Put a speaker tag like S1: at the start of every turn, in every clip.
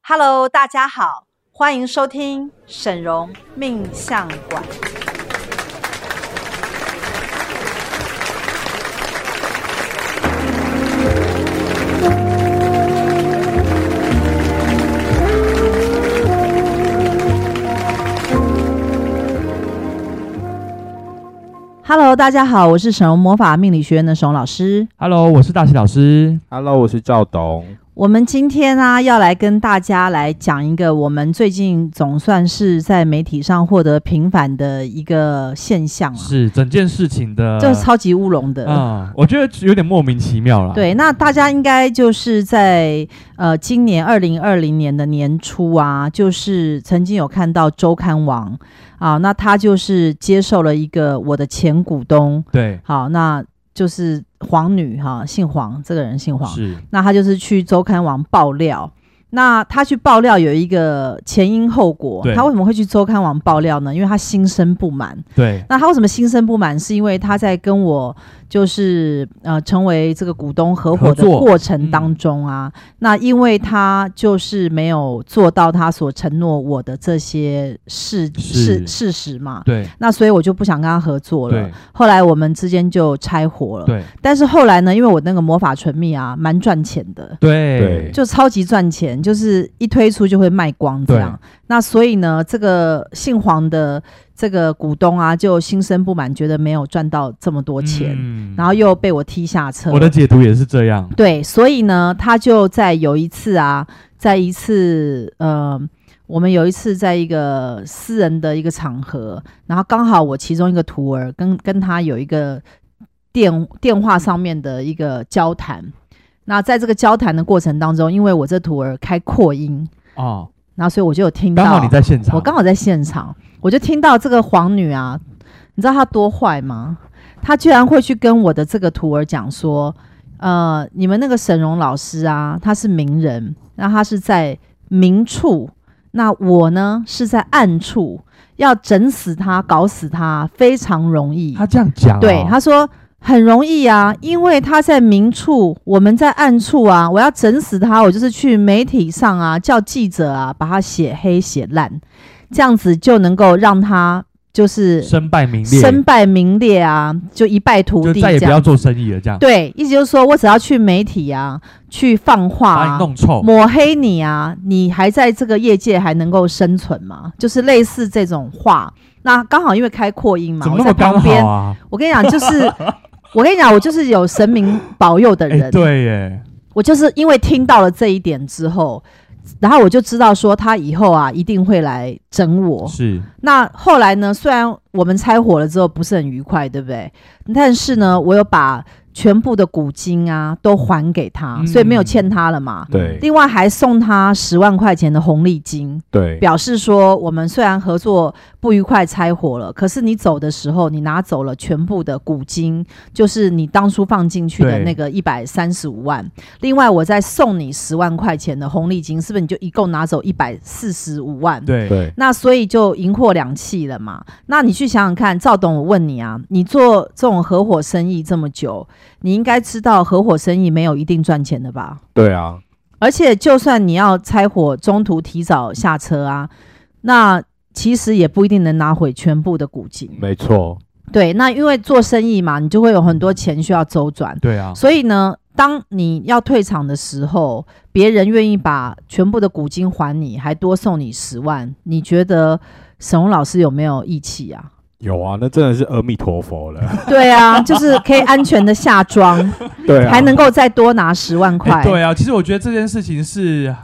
S1: Hello，大家好，欢迎收听沈荣命相馆。Hello，大家好，我是沈荣魔法命理学院的沈荣老师。
S2: Hello，我是大齐老师。
S3: Hello，我是赵董。
S1: 我们今天呢、要来跟大家来讲一个我们最近总算是在媒体上获得平反的一个现象啊，
S2: 是整件事情的，
S1: 就是超级乌龙的。
S2: 嗯，我觉得有点莫名其妙了。，
S1: 对，那大家应该就是在呃今年二零二零年的年初啊，就是曾经有看到周刊王啊，那他就是接受了一个我的前股东，
S2: 对，
S1: 好，那就是黄女哈、姓黄，这个人姓黄，
S2: 是，
S1: 那他就是去周刊网爆料。那他去爆料有一个前因后果
S2: 对，
S1: 他为什么会去周刊网爆料呢？因为他心生不满。
S2: 对，
S1: 那他为什么心生不满？是因为他在跟我就是呃成为这个股东合伙
S2: 合
S1: 的
S2: 作嗯
S1: 过程当中啊，那因为他就是没有做到他所承诺我的这些事事
S2: 是
S1: 事实嘛，
S2: 对，
S1: 那所以我就不想跟他合作了
S2: 对。，
S1: 后来我们之间就拆伙了。
S2: 对，
S1: 但是后来呢，因为我那个魔法唇蜜啊，蛮赚钱的。
S2: 对，
S1: 就超级赚钱，就是一推出就会卖光这样。那所以呢，这个姓黄的这个股东啊，就心生不满，觉得没有赚到这么多钱，
S2: 嗯
S1: 然后又被我踢下车。
S2: 我的解读也是这样。
S1: 对，所以呢，他就在有一次啊，在一次呃，我们有一次在一个私人的一个场合，然后刚好我其中一个徒儿跟跟他有一个电电话上面的一个交谈。那在这个交谈的过程当中，因为我这徒儿开扩音，
S2: 哦，
S1: 然后所以我就有听到，
S2: 刚好你在现场，
S1: 我刚好在现场，我就听到这个皇女啊，你知道她多坏吗？她居然会去跟我的这个徒儿讲说，呃，你们那个沈荣老师啊，他是名人，那他是在明处，那我呢是在暗处，要整死他、搞死他非常容易。
S2: 他这样讲哦，
S1: 对，他说很容易啊，因为他在明处，我们在暗处啊。我要整死他，我就是去媒体上啊，叫记者啊，把他写黑写烂，这样子就能够让他就是
S2: 身败名裂，
S1: 身败名裂啊，就一败涂
S2: 就
S1: 地
S2: 再也
S1: 这
S2: 不要
S1: 样。
S2: 做生意了，这样
S1: 对，意思就是说我只要去媒体啊，去放话、
S2: 把你
S1: 啊。
S2: 弄臭。
S1: 抹黑你啊，你还在这个业界还能够生存吗？就是类似这种话。那刚好因为开扩音嘛，
S2: 怎么
S1: 我
S2: 那
S1: 在
S2: 么刚
S1: 旁
S2: 好
S1: 边
S2: 啊？
S1: 我跟你讲，就是 我跟你讲，我就是有神明保佑的人。
S2: 哎，对耶，
S1: 我就是因为听到了这一点之后，然后我就知道说他以后啊一定会来整我。
S2: 是
S1: 那后来呢，虽然我们拆伙了之后不是很愉快，对不对？但是呢，我有把全部的股金啊都还给他，
S2: 嗯
S1: 所以没有欠他了嘛。
S3: 对
S1: 另外还送他十万块钱的红利金，
S3: 对
S1: 表示说我们虽然合作不愉快拆伙了，可是你走的时候，你拿走了全部的股金，就是你当初放进去的
S2: 对
S1: 那个一百三十五万。另外，我再送你十万块钱的红利金，是不是你就一共拿走一百四十五万？
S2: 对
S3: 对
S1: 那所以就赢货两气了嘛。那你去想想看，赵董，我问你啊，你做这种合伙生意这么久，你应该知道合伙生意没有一定赚钱的吧？
S3: 对啊，
S1: 而且，就算你要拆伙，中途提早下车啊，那其实也不一定能拿回全部的股金。
S3: 没错，
S1: 对，那因为做生意嘛，你就会有很多钱需要周转，
S2: 对啊，
S1: 所以呢，当你要退场的时候，别人愿意把全部的股金还你，还多送你十万，你觉得沈荣老师有没有义气啊？
S3: 有啊，那真的是阿弥陀佛 了。
S1: 对啊，就是可以安全的下庄，
S3: 对啊，
S1: 还能够再多拿十万
S2: 哎
S1: 块。
S2: 对啊，其实我觉得这件事情是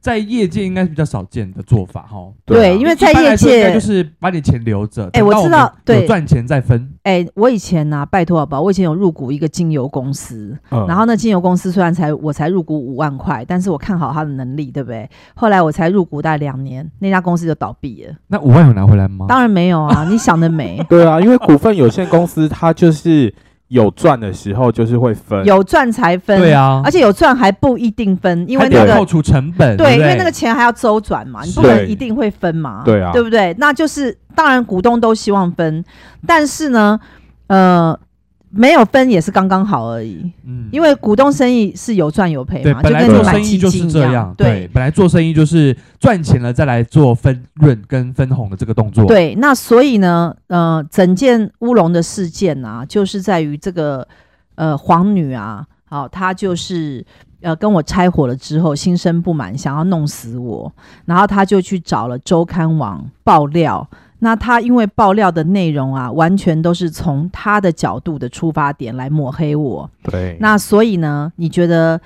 S2: 在业界应该是比较少见的做法哈。
S3: 啊
S1: 对，因为在
S2: 一般
S1: 业
S2: 来说应该
S1: 界
S2: 就是把你钱留着，
S1: 哎我
S2: 等到
S1: 知
S2: 们
S1: 道对
S2: 有赚钱再分，
S1: 哎、我以前呐、拜托好不好？我以前有入股一个精油公司，
S3: 嗯
S1: 然后那精油公司虽然才我才入股五万块，但是我看好它的能力，对不对？后来我才入股大概两年，那家公司就倒闭了。
S2: 那五万有拿回来吗？
S1: 当然没有啊，你想得 美。
S3: 对啊，因为股份有限公司它就是有赚的时候就是会分，
S1: 有赚才分，
S2: 对啊
S1: 而且有赚还不一定分，因为
S2: 还得
S1: 那
S2: 扣
S1: 个。
S2: 除成本，
S1: 对，
S2: 对不对，
S1: 因为那个钱还要周转嘛，你不
S2: 是
S1: 能一定会分嘛，
S3: 对啊
S1: 对不对？那就是当然股东都希望分，但是呢，呃，没有分也是刚刚好而已，
S2: 嗯
S1: 因为股东生意是有赚有赔
S2: 对，
S1: 嘛，
S2: 本
S1: 就
S2: 来
S1: 跟你
S2: 做
S1: 买
S2: 生意
S1: 基
S2: 就
S1: 金
S2: 是
S1: 一
S2: 这
S1: 样，
S2: 对，
S1: 对
S2: 本来做生意就是赚钱了再来做分润跟分红的这个动作。，
S1: 对。那所以呢，呃，整件乌龙的事件啊，就是在于这个呃皇女啊，好、她就是。呃，跟我拆伙了之后，心生不满，想要弄死我，然后她就去找了周刊网爆料。那她因为爆料的内容啊，完全都是从她的角度的出发点来抹黑我，
S3: 对，
S1: 那所以呢，你觉得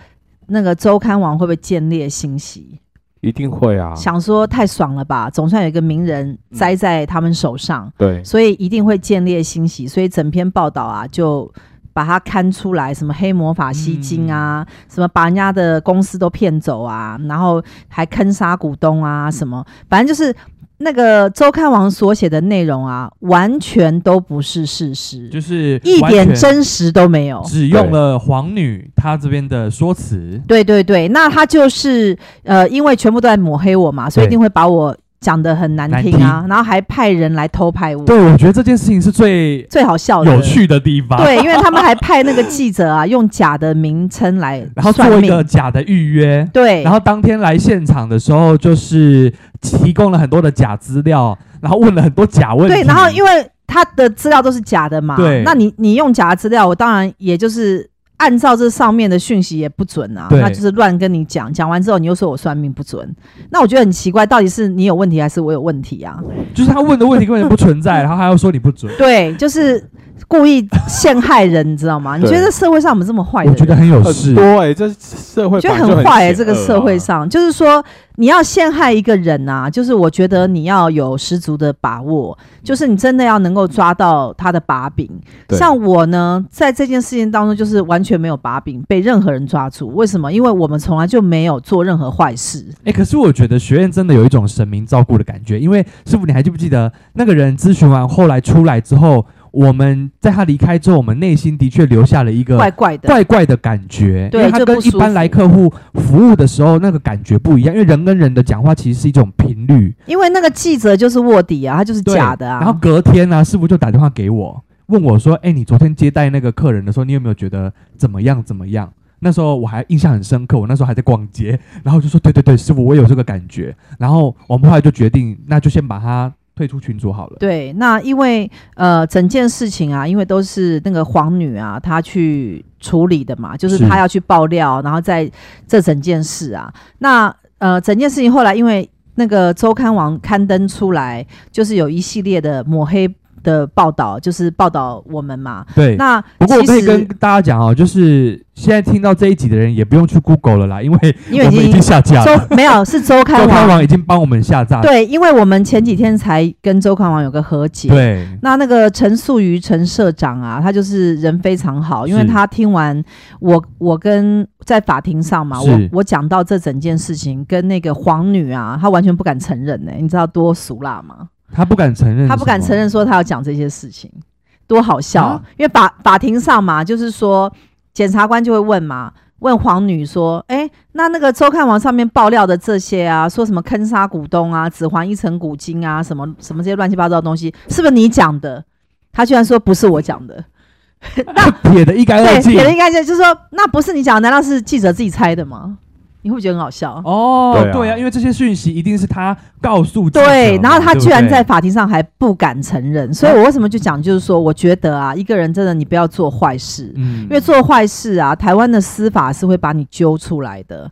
S1: 那个周刊网会不会见猎心喜？
S3: 一定会啊，
S1: 想说太爽了吧，总算有一个名人栽
S2: 嗯
S1: 在他们手上，
S3: 对，
S1: 所以一定会见猎心喜。所以整篇报道啊，就把它刊出来，什么黑魔法吸金啊，
S2: 嗯
S1: 什么把人家的公司都骗走啊，然后还坑杀股东
S2: 嗯
S1: 啊，什么，反正就是。那个周刊网所写的内容啊，完全都不是事实，
S2: 就是
S1: 一
S2: 完
S1: 点
S2: 全
S1: 真实都没有。
S2: 只用了皇女她这边的说辞。
S1: 对对对，那他就是呃，因为全部都在抹黑我嘛，所以一
S3: 对
S1: 定会把我讲得很难听啊，然后还派人来偷拍我，
S2: 对，我觉得这件事情是最
S1: 最好笑的。
S2: 有趣啊的地方。，
S1: 对，因为他们还派那个记者啊，用假的名称来
S2: 然后
S1: 算
S2: 做一
S1: 命
S2: 个，假的预约，
S1: 对，
S2: 然后当天来现场的时候，就是提供了很多的假资料，然后问了很多假问题。
S1: 对，然后因
S2: 为
S1: 为他的资料都是假的嘛，
S2: 对
S1: 那你你用假的资料，我当然也就是。按照这上面的讯息也不准啊，
S2: 对
S1: 那就是乱跟你讲，讲完之后你又说我算命不准，那我觉得很奇怪，到底是你有问题还是我有问题啊？
S2: 就是他问的问题根本不 存在，然后还要说你不准，
S1: 对，就是故意陷害人，你知道吗？你
S3: 对
S1: 觉得这社会上有没有这么坏的
S2: 我
S1: 人？
S2: 觉得很有
S3: 很
S2: 事。
S3: 多哎，这社会
S1: 就
S3: 本来就
S1: 很坏、欸，
S3: 险
S1: 这个
S3: 恶啊
S1: 社会上，就是说你要陷害一个人啊，就是我觉得你要有十足的把握，就是你真的要能够抓到他的把柄。
S3: 对
S1: 像我呢，在这件事情当中，就是完全没有把柄，被任何人抓住。为什么？因为我们从来就没有做任何坏事。
S2: 哎、可是我觉得学院真的有一种神明照顾的感觉，因为师傅，你还记不记得那个人咨询完后来出来之后，我们在他离开之后，我们内心的确留下了一个
S1: 怪怪的，
S2: 怪怪的感觉，
S1: 对
S2: 因为他
S1: 就
S2: 跟
S1: 不
S2: 一
S1: 舒
S2: 般
S1: 服
S2: 来客户服务的时候那个感觉不一样，因为人跟人的讲话其实是一种频率，
S1: 因为那个记者就是卧底啊，他就是
S2: 对
S1: 假的啊。
S2: 然后隔天呢、啊，师傅就打电话给我，问我说：“哎、你昨天接待那个客人的时候，你有没有觉得怎么样怎么样？”那时候我还印象很深刻，我那时候还在逛街，然后我就说：“对对对，师傅，我也有这个感觉。”然后我们后来就决定，那就先把他退出群组好了。
S1: 对，那因为呃，整件事情啊，因为都是那个皇女啊，她去处理的嘛，就是
S2: 是
S1: 她要去爆料，然后在这整件事啊，那呃，整件事情后来因为那个周刊网刊登出来，就是有一系列的抹黑的报道，就是报道我们嘛。
S2: 对
S1: 那
S2: 不过我
S1: 其
S2: 可以跟
S1: 实
S2: 大家讲哦，就是现在听到这一集的人也不用去 Google 了啦，因为
S1: 因为
S2: 我
S1: 已
S2: 们已
S1: 经
S2: 经下架了，
S1: 周没有是周刊
S2: 周刊
S1: 网。
S2: 网已经帮我们下架了。
S1: 对，因为我们前几天才跟周刊网有个和解，
S2: 对，
S1: 那那个陈素瑜陈社长啊，他就是人非常好，因为
S2: 是
S1: 他听完我我跟在法庭上嘛，
S2: 是
S1: 我我讲到这整件事情跟那个皇女啊，她完全不敢承认呢、你知道多俗辣吗？
S2: 他不敢承认，
S1: 她不敢承认。说她要讲这些事情，多好笑！
S2: 啊
S1: 因为法法庭上嘛，就是说检察官就会问嘛。问皇女说：“哎，那那个周刊网上面爆料的这些啊，说什么坑杀股东啊，只还一成股金啊，什么什么这些乱七八糟的东西，是不是你讲的？”他居然说不是我讲的，
S2: 撇得一干二
S1: 对，
S2: 净
S1: 铁。的应该就是说，那不是你讲的，难道是记者自己猜的吗？你会不会觉得很好笑？
S2: 哦
S3: 对，啊
S2: 对啊，因为这些讯息一定是他告诉记者嘛
S1: 对，然后他
S2: 对不嗯
S1: 居然
S2: 对
S1: 在法庭上还不敢承认，所以我为什么就讲，就是说，我觉得啊，一个人真的你不要做坏事，
S2: 嗯，
S1: 因为做坏事啊，台湾的司法是会把你揪出来的。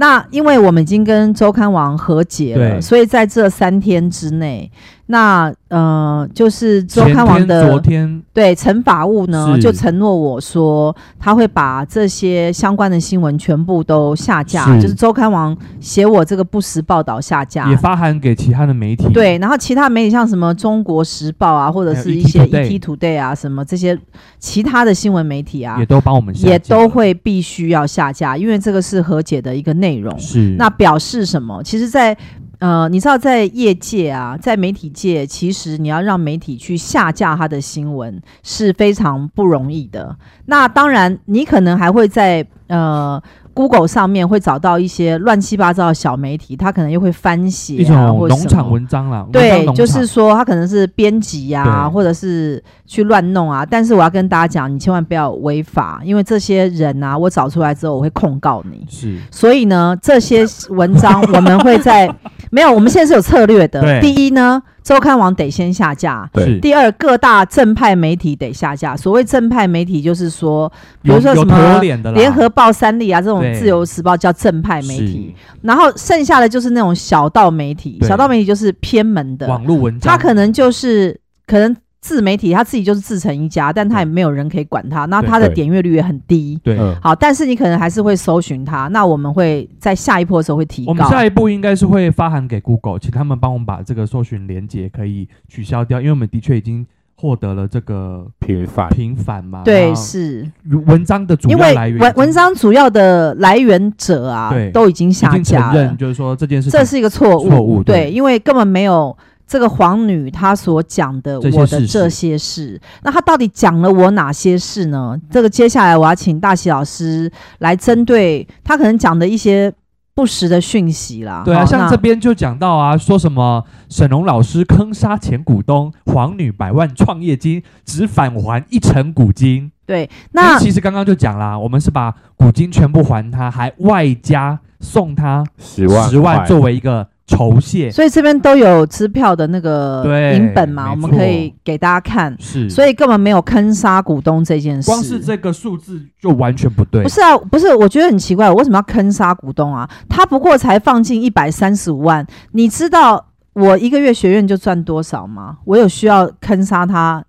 S1: 那因为我们已经跟周刊王和解
S2: 对
S1: 了，所以在这三天之内，那呃，就是周刊王
S2: 前天昨
S1: 的
S2: 天
S1: 对陈法务呢
S2: 是
S1: 就承诺我说，他会把这些相关的新闻全部都下架，
S2: 是
S1: 就是周刊王写我这个不实报道下架
S2: 也。发函给其他的媒体，
S1: 对，然后其他媒体像什么《中国时报》啊，或者
S2: 嗯还有
S1: 是一
S2: ET
S1: 些 ET
S2: Today
S1: Today 啊，什么这些其他的新闻媒体啊
S2: 也，都帮我们下架
S1: 也都会必须要下架，因为这个是和解的一个内容。
S2: 是
S1: 那表示什么？其实在，呃，你知道，在业界啊，在媒体界，其实你要让媒体去下架它的新闻是非常不容易的。那当然，你可能还会在呃。 Google 上面会找到一些乱七八糟的小媒体，他可能又会翻写、啊、
S2: 一种
S1: 或者
S2: 农
S1: 什
S2: 场
S1: 么
S2: 文章啦，文章
S1: 对，
S2: 农
S1: 就是
S2: 场
S1: 说他可能是编辑啊，
S2: 对
S1: 或者是去乱弄啊。但是我要跟大家讲，你千万不要违法，因为这些人啊，我找出来之后我会控告你。
S2: 是
S1: 所以呢，这些文章 我们会 在没有，我们现在是有策略的。
S2: 对
S1: 第一呢，周刊网得先下架。
S3: 对
S2: 是
S1: 第二，各大正派媒体得下架。所谓正派媒体，就是说，比
S2: 有
S1: 如说
S2: 有
S1: 什
S2: 头
S1: 么
S2: 脸的啦，
S1: 联合报、三立啊这种
S2: 对
S1: 自由时报叫正派媒体。
S2: 是
S1: 然后剩下的就是那种小道媒体，
S2: 对
S1: 小道媒体就是偏门的，
S2: 网络文章，
S1: 他可能就是可能自媒体他自己就是自成一家，但他也没有人可以管他，那他的
S3: 对
S1: 点阅率也很低。
S2: 对。
S3: 嗯，
S1: 好，但是你可能还是会搜寻他，那我们会在下一波的时候会提
S2: 我们
S1: 高。
S2: 下一步应该是会发函给 Google，请他们帮我们把这个搜寻连接可以取消掉，因为我们的确已经获得了这个
S3: 频繁，
S2: 平反嘛。
S1: 对，是
S2: 然后文章的啊主
S1: 因
S2: 要
S1: 为
S2: 来源
S1: 文文章主要的来源者啊
S2: 对，
S1: 都已经
S2: 已
S1: 下
S2: 经
S1: 架
S2: 承
S1: 了
S2: 认，，就是说这件事情
S1: 这是一个错误。
S2: 错误对
S1: 对，因为根本没有这个皇女她所讲的
S2: 这些
S1: 我
S2: 事
S1: 的
S2: 实
S1: 这些事，那她到底讲了我哪些事呢？这个接下来我要请大喜老师来针对她可能讲的一些不实的讯息啦。
S2: 对啊，
S1: 好
S2: 像
S1: 那
S2: 这边就讲到啊，说什么沈荣老师坑杀前股东，皇女百万创业金只返还一成股金。
S1: 对那
S2: 因为其实刚刚就讲啦，我们是把股金全部还他，还外加送他
S3: 十万
S2: 十万
S3: 块
S2: 作为一个酬谢，
S1: 所以这边都有支票的那个
S2: 对
S1: 银本嘛，
S2: 没
S1: 我们
S2: 错
S1: 可以给大家看。
S2: 是，
S1: 所以根本没有坑杀股东这件事，
S2: 光是这个数字就完全不对
S1: 不。是啊，不是，我觉得很奇怪，我为什么要坑杀股东啊？他不过才放进一百三十五万，你知道我一个月学院就赚多少吗？我有需要坑杀他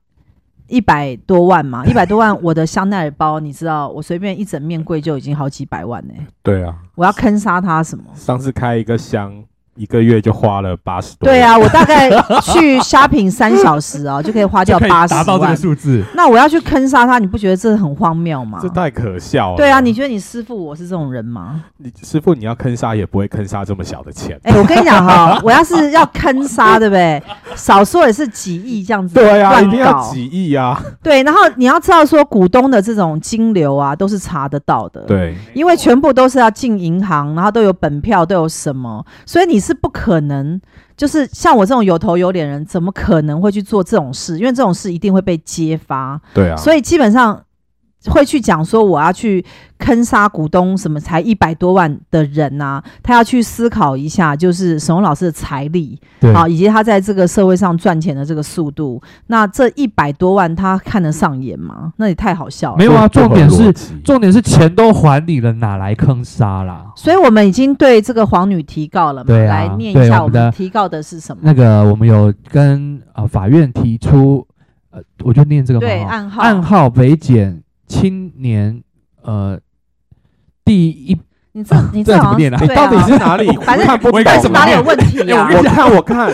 S1: 一百多万吗？一百多万，我的香奈儿包，你知道，我随便一整面柜就已经好几百万呢、
S3: 对啊，
S1: 我要坑杀他什么？
S3: 上次开一个箱，一个月就花了八十多，
S1: 对，啊，我大概去 shopping 三小时啊，就可以花
S2: 就
S1: 掉
S2: 可以
S1: 八十
S2: 达到这个
S1: 万。
S2: 数字，
S1: 那我要去坑杀他，你不觉得这很荒谬吗
S3: 这？太可笑了。
S1: 对啊，你觉得你师傅我是这种人吗？
S3: 你师傅你要坑杀也不会坑杀这么小的钱，
S1: 哎、我跟你讲 哈，我要是要坑杀，对不对？少说也是几亿这样子
S3: 对啊，
S1: 乱
S3: 一定要
S1: 搞
S3: 几亿啊，
S1: 对，然后你要知道说，股东的这种金流啊，都是查得到的。。
S3: 对，
S1: 因为全部都是要进银行，然后都有本票，都有什么，所以你是不可能，就是像我这种有头有脸人，怎么可能会去做这种事？因为这种事一定会被揭发。
S3: 对啊，
S1: 所以基本上会去讲说我要去坑杀股东什么才一百多万的人呐、他要去思考一下，就是沈宏老师的财力
S2: 对
S1: 啊，以及他在这个社会上赚钱的这个速度。那这一百多万他看得上眼吗？那也太好笑
S2: 没
S1: 了。
S2: 有啊。
S3: 不
S2: 重点
S3: 不合
S2: 是
S3: 逻，辑
S2: 重点是钱都还你了，哪来坑杀啦？
S1: 所以我们已经对这个皇女提告了嘛，
S2: 对啊
S1: 来念一
S2: 对
S1: 下
S2: 我
S1: 我
S2: 们的
S1: 们提告的是什么？
S2: 那个我们有跟呃法院提出，呃，我就念这个
S1: 对，
S2: 嘛哈
S1: 暗号，
S2: 暗号北检青年呃第一，
S1: 你这你
S2: 这
S1: 这
S2: 怎么
S1: 好像
S2: 念啊
S1: 对
S3: 你到底是哪里？
S1: 反正
S3: 我看不
S2: 我
S3: 懂
S2: 应该
S1: 但
S2: 是
S1: 是
S2: 懂
S1: 哪里有
S2: 啊
S1: 问题啊？
S3: 我看 我看，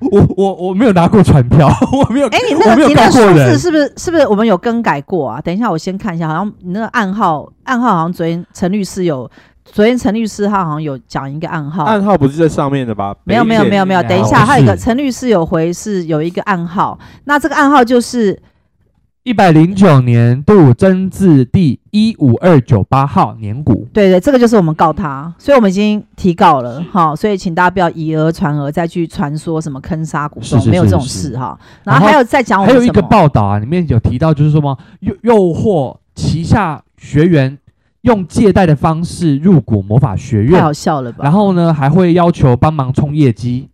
S2: 我我我没有拿过传票， 我没有，
S1: 哎，你
S2: 我
S1: 那个
S2: 没有
S1: 你那
S2: 告
S1: 个
S2: 过
S1: 数字
S2: 人，
S1: 是不是是不是我们有更改过啊？等一下，我先看一下，好像你那个暗号暗号好像昨天陈律师有，昨天陈律师他好像有讲一个暗号，
S3: 暗号不是在上面的吧？
S1: 没有没有没有
S3: 哎
S1: 没有，
S2: 北
S1: 等一
S2: 检
S1: 下，还有一个
S2: 啊哦是
S1: 陈律师有回是有一个暗号，那这个暗号就是
S2: 一百零九年度增字第一五二九八号年股，
S1: 对对，这个就是我们告他，所以我们已经提告了哈，所以请大家不要以讹传讹，再去传说什么坑杀股
S2: 是
S1: 东
S2: 是，
S1: 没有
S2: 是
S1: 这种
S2: 是
S1: 事哈。
S2: 然
S1: 然后还
S2: 后
S1: 有再讲我
S2: 还
S1: 们
S2: 有一
S1: 什
S2: 个
S1: 么
S2: 报道啊，里面有提到就是什么诱诱惑旗下学员用借贷的方式入股魔法学
S1: 太
S2: 院
S1: 好，笑了吧？
S2: 然后呢，还会要求帮忙冲业绩，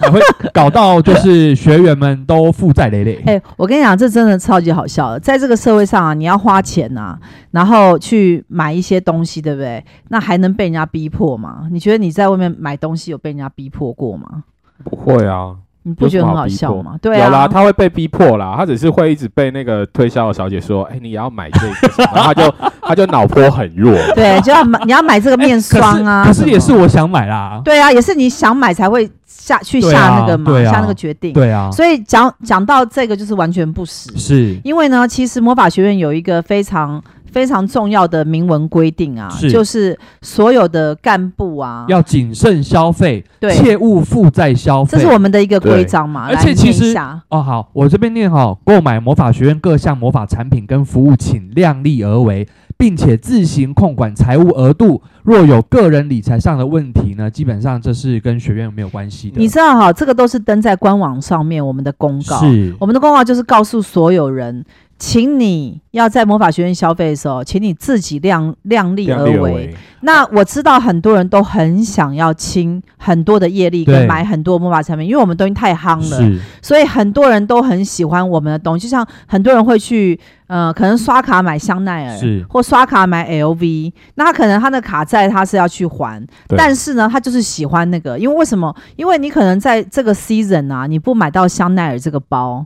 S2: 还会搞到就是学员们都负债累累。
S1: 哎、我跟你讲，这真的超级好笑的。在这个社会上啊，你要花钱啊，然后去买一些东西，对不对？那还能被人家逼迫吗？你觉得你在外面买东西有被人家逼迫过吗？
S3: 不会啊，
S1: 你不觉得很好
S3: 有什么
S1: 笑
S3: 好逼迫
S1: 吗？对啊，
S3: 有啦，他会被逼迫啦，他只是会一直被那个推销的小姐说，哎，你也要买这个，然 后他就他就脑波很弱，
S1: 对，就要买，你要买这个面霜啊
S2: 哎可是可是也
S1: 什
S2: 是
S1: 么
S2: 我想买啦。
S1: 对啊，也是你想买才会下去
S2: 对啊
S1: 下那个嘛，
S2: 对啊
S1: 下那个决定。
S2: 对啊，
S1: 所以嗯讲讲到这个，就是完全不实。
S2: 是
S1: 因为呢，其实魔法学院有一个非常非常重要的明文规定啊，
S2: 是
S1: 就是所有的干部啊，
S2: 要谨慎消费，
S1: 对
S2: 切勿负债消费。
S1: 这是我们的一个规章嘛。
S2: 对
S1: 来
S2: 而且其实
S1: 念一下
S2: 哦，好，我这边念哈、购买魔法学院各项魔法产品跟服务，请量力而为，并且自行控管财务额度。若有个人理财上的问题呢，基本上这是跟学院没有关系的。
S1: 你知道哈，这个都是登在官网上面我们的公告，
S2: 是
S1: 我们的公告就是告诉所有人，请你要在魔法学院消费的时候，请你自己量量力而
S3: 量力
S1: 为。
S3: 而为，
S1: 那我知道很多人都很想要清很多的业力，
S2: 对
S1: 跟买很多魔法产品，因为我们东西太夯了，
S2: 是
S1: 所以很多人都很喜欢我们的东西。就像很多人会去，呃，可能刷卡买香奈儿，
S2: 是
S1: 或刷卡买 LV，那他可能他的卡债他是要去还，
S3: 对
S1: 但是呢，他就是喜欢那个，因为为什么？因为你可能在这个 season 啊，你不买到香奈儿这个包，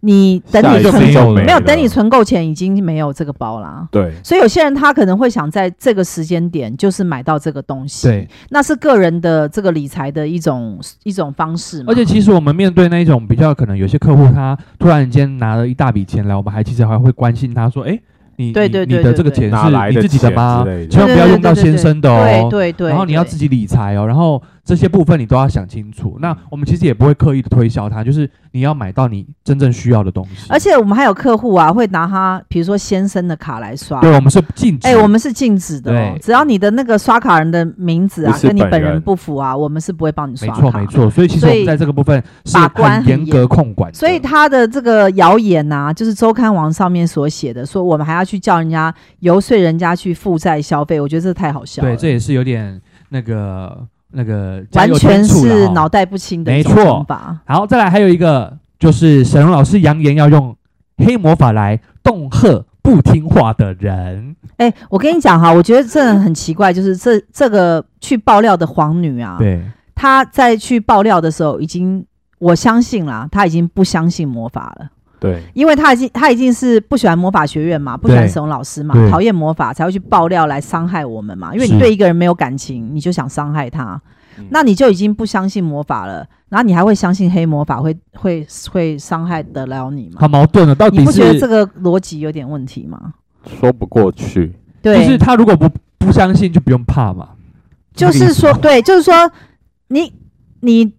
S1: 你等
S3: 下一
S1: 你
S2: 就
S3: 个
S1: 存
S2: 没
S3: 品
S2: 有
S3: 种
S2: 了
S1: 没有
S3: 了
S1: 等你存够钱，已经没有这个包啦。
S3: 对
S1: 所以有些人他可能会想在这个时间点就是买到这个东西，
S2: 对，
S1: 那是个人的这个理财的一种一种方式嘛。
S2: 而且其实我们面对那一种比较可能有些客户他突然间拿了一大笔钱来，我们还其实还会关心他说，哎、你
S1: 对
S2: 你
S1: 对
S2: 你
S1: 对
S2: 的
S1: 对
S2: 这个
S1: 对
S2: 钱
S3: 哪来
S2: 是你自己的
S3: 钱
S2: 吗
S3: 之？类的
S2: 千万不要用
S1: 对
S2: 到
S1: 对对对
S2: 先生的哦。
S1: 对对对，
S2: 然后你要
S1: 对
S2: 自己理财哦，然后这些部分你都要想清楚。那我们其实也不会刻意的推销它，就是你要买到你真正需要的东西。
S1: 而且我们还有客户啊，会拿他比如说先生的卡来刷，
S2: 对我们是禁止，
S1: 哎、我们是禁止的、哦
S2: 对，
S1: 只要你的那个刷卡人的名字啊
S3: 不是
S1: 跟你
S3: 本
S1: 本人
S3: 人
S1: 不符啊，我们是不会帮你
S2: 没
S1: 刷
S2: 错
S1: 卡。
S2: 没错。所以其实
S1: 所以
S2: 我们在这个部分是
S1: 把关
S2: 很
S1: 很
S2: 严格
S1: 严
S2: 控管的。
S1: 所以他的这个谣言呐、就是周刊网上面所写的，说我们还要去叫人家游说人家去负债消费，我觉得这太好笑了。
S2: 对，这也是有点那个那个加
S1: 完
S2: 油
S1: 全
S2: 添醋了
S1: 是
S2: 哈
S1: 脑袋不清的一种
S2: 没错
S1: 方法。
S2: 好，再来还有一个就是沈荣老师扬言要用黑魔法来恫吓不听话的人。
S1: 哎、我跟你讲哈，我觉得这很奇怪，就是这这个去爆料的皇女啊，
S2: 对，
S1: 她在去爆料的时候，已经我相信啦，她已经不相信魔法了。
S3: 对，
S1: 因为他已经他已经是不喜欢魔法学院嘛，不喜欢沈龙老师嘛
S2: 对，
S1: 讨厌魔法才会去爆料来伤害我们嘛。因为
S2: 是
S1: 你对一个人没有感情，你就想伤害他，
S3: 嗯
S1: 那你就已经不相信魔法了，然后你还会相信黑魔法会会会伤害得了你吗？
S2: 好矛盾哦，到
S1: 你
S2: 底
S1: 不觉得
S2: 是
S1: 这个逻辑有点问题吗？
S3: 说不过去，
S2: 就
S1: 对
S2: 是，他如果不不相信就不用怕嘛？
S1: 就是说，
S2: 这个意思吗
S1: 对，就是说，你你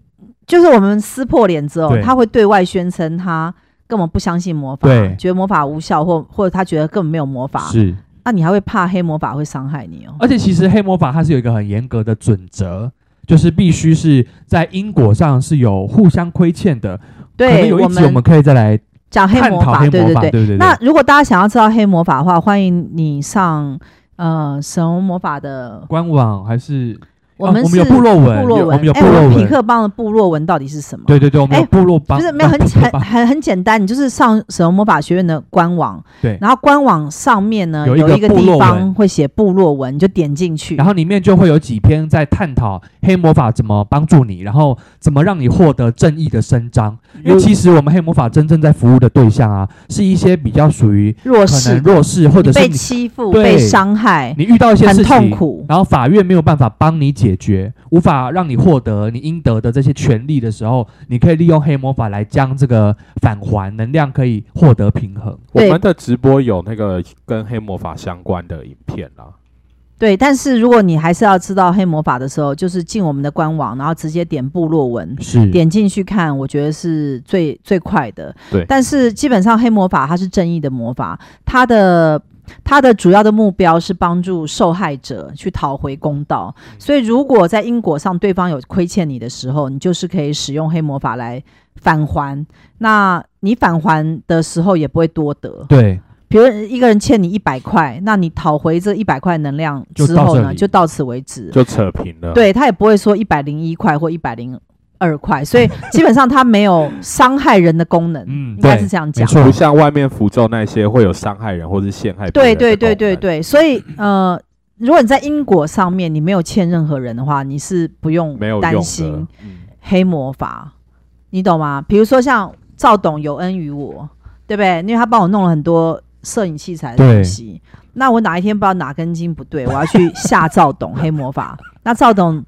S1: 就是我们撕破脸之后
S2: 对，
S1: 他会对外宣称他根本不相信魔法
S2: 对，
S1: 觉得魔法无效，或或者他觉得根本没有魔法，
S2: 是。啊
S1: 那、你还会怕黑魔法会伤害你哦？
S2: 而且其实黑魔法它是有一个很严格的准则，就是必须是在因果上是有互相亏欠的。可能
S1: 对，
S2: 有一
S1: 我
S2: 集我
S1: 们
S2: 们可以再来
S1: 讲黑
S2: 探
S1: 魔
S2: 讨
S1: 法，
S2: 黑
S1: 对
S2: 魔
S1: 对
S2: 法，
S1: 对。
S2: 对对。
S1: 那如果大家想要知道黑魔法的话，欢迎你上呃神龙魔法的，
S2: 官网还是
S1: 我
S2: 啊
S1: 们
S2: 我
S1: 是
S2: 们有部落文，
S1: 部落
S2: 有我们有部
S1: 哎，我
S2: 落
S1: 们匹
S2: 文，
S1: 克帮的部落文到底是什么？
S2: 对对对，我们有
S1: 哎
S2: 部落帮，
S1: 就是没有
S2: 帮
S1: 很
S2: 匹克
S1: 很
S2: 帮
S1: 很很简单，你就是上神龙魔法学院的官网，
S2: 对
S1: 然后官网上面呢
S2: 有一
S1: 有
S2: 个
S1: 一个
S2: 部落
S1: 地
S2: 文
S1: 方会写部落文，你就点进去
S2: 然。后里面就会有几篇在探讨黑魔法怎么帮助你，然后怎么让你获得正义的伸张。因为其实我们黑魔法真正在服务的对象啊，是一些比较属于
S1: 弱
S2: 可能
S1: 势，
S2: 弱势，或者
S1: 你
S2: 是
S1: 被
S2: 你
S1: 欺负、
S2: 对
S1: 被伤害，
S2: 你遇到一些
S1: 很
S2: 事情，
S1: 痛苦。
S2: 然后法院没有办法帮你解决，无法让你获得你应得的这些权利的时候，你可以利用黑魔法来将这个返还能量，可以获得平衡。
S3: 我
S1: 对
S3: 们的直播有那个跟黑魔法相关的影片啦，
S1: 对，但是如果你还是要知道黑魔法的时候，就是进我们的官网，然后直接点部落文，
S2: 是
S1: 点进去看，我觉得是最最快的。
S3: 对
S1: 但是基本上黑魔法它是正义的魔法，它的它的主要的目标是帮助受害者去讨回公道。
S2: 嗯
S1: 所以如果在因果上对方有亏欠你的时候，你就是可以使用黑魔法来返还。那你返还的时候也不会多得，
S2: 对，
S1: 比如一个人欠你一百块，那你讨回这一百块能量之后
S2: 就到这
S1: 呢，
S2: 里
S1: 就到此为止。
S3: 就扯平了。，
S1: 对他也不会说一百零一块或一百零二块，所以基本上他没有伤害人的功能，
S2: 嗯
S1: 应该
S2: 对
S1: 是这样
S2: 没
S1: 讲。
S2: 错
S3: 不像外面符咒那些会有伤害人或是陷害别
S1: 对
S3: 人的
S1: 对对
S3: 功
S1: 对
S3: 能，
S1: 对，所以呃，如果你在因果上面你没有欠任何人的话，你是不用
S3: 没有用
S1: 担
S3: 的嗯
S1: 心。黑魔法，你懂吗？比如说像赵董有恩于我，对不对？因为他帮我弄了很多摄影器材的
S2: 对
S1: 东西。那我哪一天不知道哪根筋不对，我要去吓赵董黑魔法。 那赵董，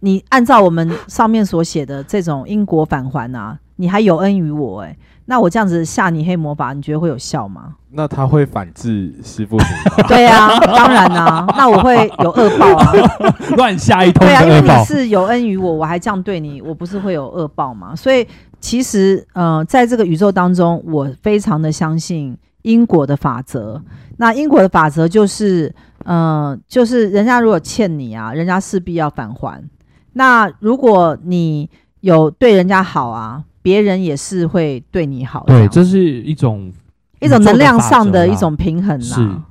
S1: 你按照我们上面所写的这种因果返还啊，你还有恩于我哎、那我这样子吓你黑魔法，你觉得会有效吗？
S3: 那他会反制师 傅你吗
S1: 对啊，当然啊，那我会有恶报啊。
S2: 乱下一通
S1: 对啊，
S2: 的
S1: 因为
S2: 恶
S1: 你
S2: 报。
S1: 是有恩于我，我还这样对你，我不是会有恶报吗？所以其实，呃，在这个宇宙当中，我非常的相信因果的法则。那因果的法则就是，呃，就是人家如果欠你啊，人家势必要返还。那如果你有对人家好啊，别人也是会对你好的。
S2: 对，这是一种
S1: 一种能量上的
S2: 宇
S1: 一
S2: 宙法则啦
S1: 种平衡
S2: 是
S1: 啊。。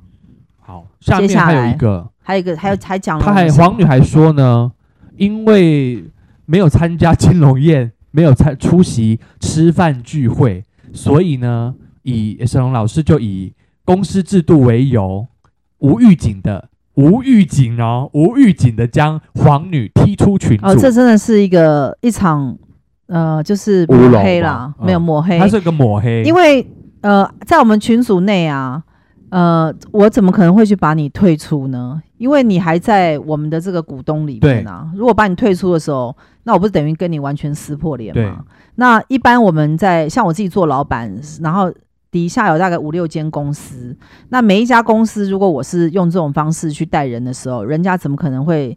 S2: 好，下面
S1: 接下
S2: 还
S1: 来嗯
S2: 有一个，
S1: 还有一个，还有还讲了
S2: 他
S1: 我们
S2: 还
S1: 什么
S2: 黄女还说呢，因为没有参加金龙宴，没有参出席吃饭聚会，所以呢，以沈龙老师就以公司制度为由，无预警的。无预警哦，无预警的将黄女踢出群组，
S1: 哦，这真的是一个一场呃，就是
S3: 乌
S1: 抹
S3: 龙
S1: 黑
S3: 吧
S1: 啦，
S2: 嗯
S1: 没有抹黑，
S2: 他是个抹黑，
S1: 因为呃，在我们群组内啊，呃，我怎么可能会去把你退出呢？因为你还在我们的这个股东里面啊。如果把你退出的时候，那我不是等于跟你完全撕破脸
S2: 对
S1: 吗？那一般我们在像我自己做老板，然后底下有大概五六间公司，那每一家公司如果我是用这种方式去带人的时候，人家怎么可能会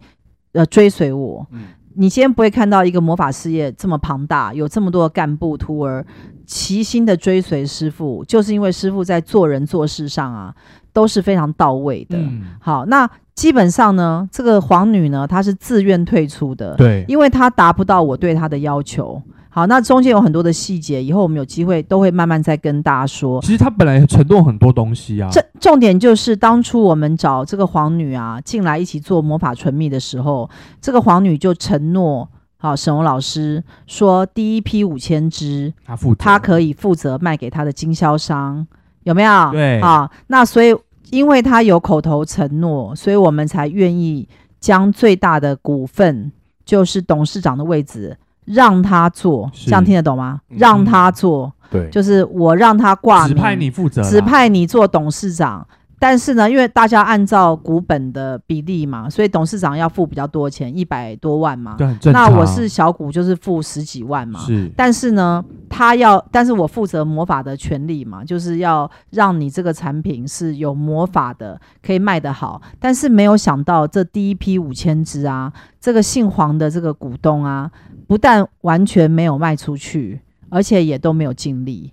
S1: 呃追随我？
S3: 嗯
S1: 你今天不会看到一个魔法事业这么庞大，有这么多的干部徒儿齐心的追随师傅，就是因为师傅在做人做事上啊都是非常到位的。
S2: 嗯，
S1: 好，那基本上呢，这个皇女呢，她是自愿退出的，
S2: 对，
S1: 因为她达不到我对她的要求。好，那中间有很多的细节，以后我们有机会都会慢慢再跟大家说。
S2: 其实他本来承诺很多东西啊，
S1: 这重点就是当初我们找这个皇女啊进来一起做魔法唇蜜的时候，这个皇女就承诺，好、沈荣老师说第一批五千只，
S2: 他负责，
S1: 她可以负责卖给她的经销商，有没有？
S2: 对
S1: 啊，那所以因为她有口头承诺，所以我们才愿意将最大的股份，就是董事长的位置。让她做，
S2: 是
S1: 这样听得懂吗？
S3: 嗯
S1: 让她做，
S3: 对，
S1: 就是我让她挂
S2: 指
S1: 名，
S2: 派你负责啦，
S1: 指派你做董事长。但是呢，因为大家按照股本的比例嘛，所以董事长要付比较多钱，一百多万嘛。
S2: 对，很正
S1: 那
S2: 常。
S1: 我是小股，就是付十几万嘛。
S2: 是
S1: 但是呢，他要，但是我负责魔法的权利嘛，就是要让你这个产品是有魔法的，可以卖得好。但是没有想到，这第一批五千只啊，这个姓黄的这个股东啊，不但完全没有卖出去，而且也都没有尽力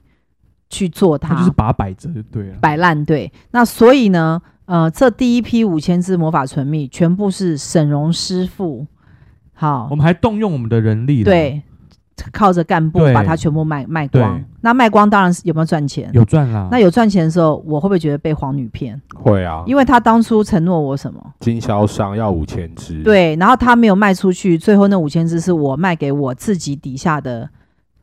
S1: 去做它，
S2: 他就是把它摆着就对了。
S1: 摆烂队。那所以呢，呃，这第一批五千只魔法唇蜜全部是沈荣师傅，好
S2: 我，们还动用我们的人力，，
S1: 对，靠着干部
S2: 对
S1: 把它全部卖卖光
S2: 对。
S1: 那卖光当然是有没有赚钱？
S2: 有赚啦。
S1: 那有赚钱的时候，我会不会觉得被黄女骗？
S3: 会啊，
S1: 因为他当初承诺我什么？
S3: 经销商要五千只，，
S1: 对，然后他没有卖出去，最后那五千只是我卖给我自己底下的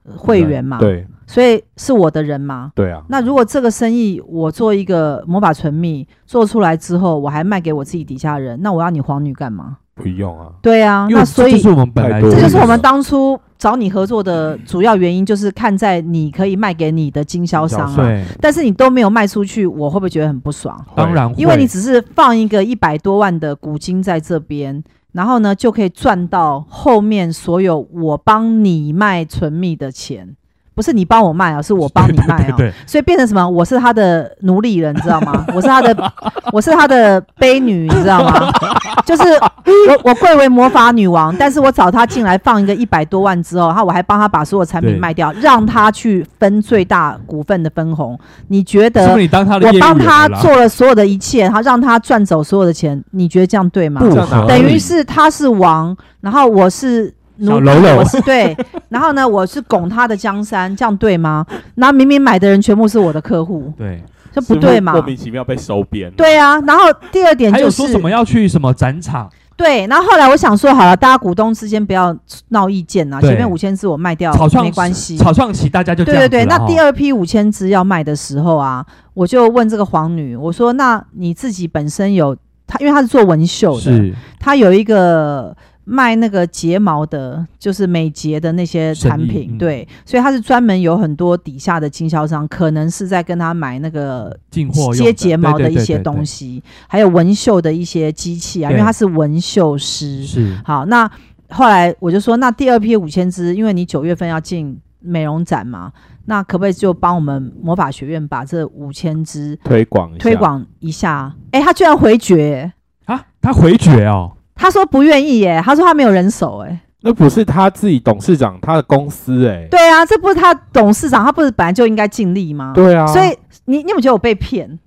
S1: 呃会员嘛，，
S3: 对
S1: 所以是我的人嘛，
S3: 对啊，
S1: 那如果这个生意我做一个魔法唇蜜做出来之后，我还卖给我自己底下人，那我要你皇女干嘛？
S3: 不用啊，
S1: 对啊，
S2: 因
S1: 那
S2: 为这
S1: 所以
S2: 就是我们本来
S3: 太多
S1: 这
S3: 了
S1: 就是我们当初找你合作的主要原因，就是看在你可以卖给你的经销商
S3: 经销
S1: 啊。
S2: 对，
S1: 但是你都没有卖出去，我会不会觉得很不爽？
S3: 会啊
S2: 当然会
S1: 因 为你只是放一个一百多万的股金在这边，然后呢就可以赚到后面所有我帮你卖唇蜜的钱，不是你帮我卖啊，是我帮你卖啊。
S2: 对对
S1: 所以变成什么？我是他的奴隶了，你知道吗？ 我是他的，我是他的悲女，你知道吗？ 就是我我贵为魔法女王，但是我找他进来放一个一百多万之后，然后我还帮他把所有产品
S2: 对
S1: 卖掉，让他去分最大股份的分红。你觉
S2: 对，
S1: 得
S2: 是不是你当他的
S1: 我
S2: 业务
S1: 帮
S2: 员
S1: 他
S2: 了啦
S1: 做了所有的一切，然后让他赚走所有的钱，你觉得这样对吗？
S2: 不
S3: 这样哪
S2: 合
S1: 等
S2: 理
S1: 于是他是王，然后我是奴
S2: 小
S1: 隶，
S2: 喽啰
S1: 我是对， 然后呢，我是拱他的江山，这样对吗？那明明买的人全部是我的客户，
S2: 对，
S1: 这不对嘛
S3: 莫？名其妙被收编，，
S1: 对啊，然后第二点
S2: 还有
S1: 就
S2: 说什
S1: 是
S2: 么要去什么展场，
S1: 对，然后后来我想说好了，大家股东之间不要闹意见呐，
S2: 对
S1: 前面五千只我卖掉
S2: 草创
S1: 没关系，
S2: 草创期大家就这
S1: 对
S2: 样
S1: 对对，
S2: 子了
S1: 那
S2: 哈
S1: 第二批五千只要卖的时候啊，我就问这个皇女，我说：“那你自己本身有她，因为她是做纹绣的，
S2: 是
S1: 她有一个卖那个睫毛的，就是美睫的那些
S2: 生
S1: 产
S2: 意
S1: 品，
S2: 嗯
S1: 对，所以她是专门有很多底下的经销商，可能是在跟她买那个
S2: 进货用
S1: 接
S2: 的
S1: 睫毛的一些东，西，还有纹绣的一些机器啊，因为
S2: 对
S1: 她是纹绣
S2: 对对对对
S1: 师
S2: 对，是
S1: 好，那后来我就说，那第二批五千只，因为你九月份要进美容展嘛，那可不可以就帮我们魔法学院把这五千只
S3: 推广一下
S1: 推，广一下？哎、他居然回绝耶、
S2: 啊，他回绝哦，
S1: 他说不愿意耶、他说他没有人手哎、
S3: 那不是他自己董事长，他的公司哎，
S1: 对啊，这不是他董事长，他不是本来就应该尽力吗？
S3: 对啊，
S1: 所以你你有没有觉得我被骗？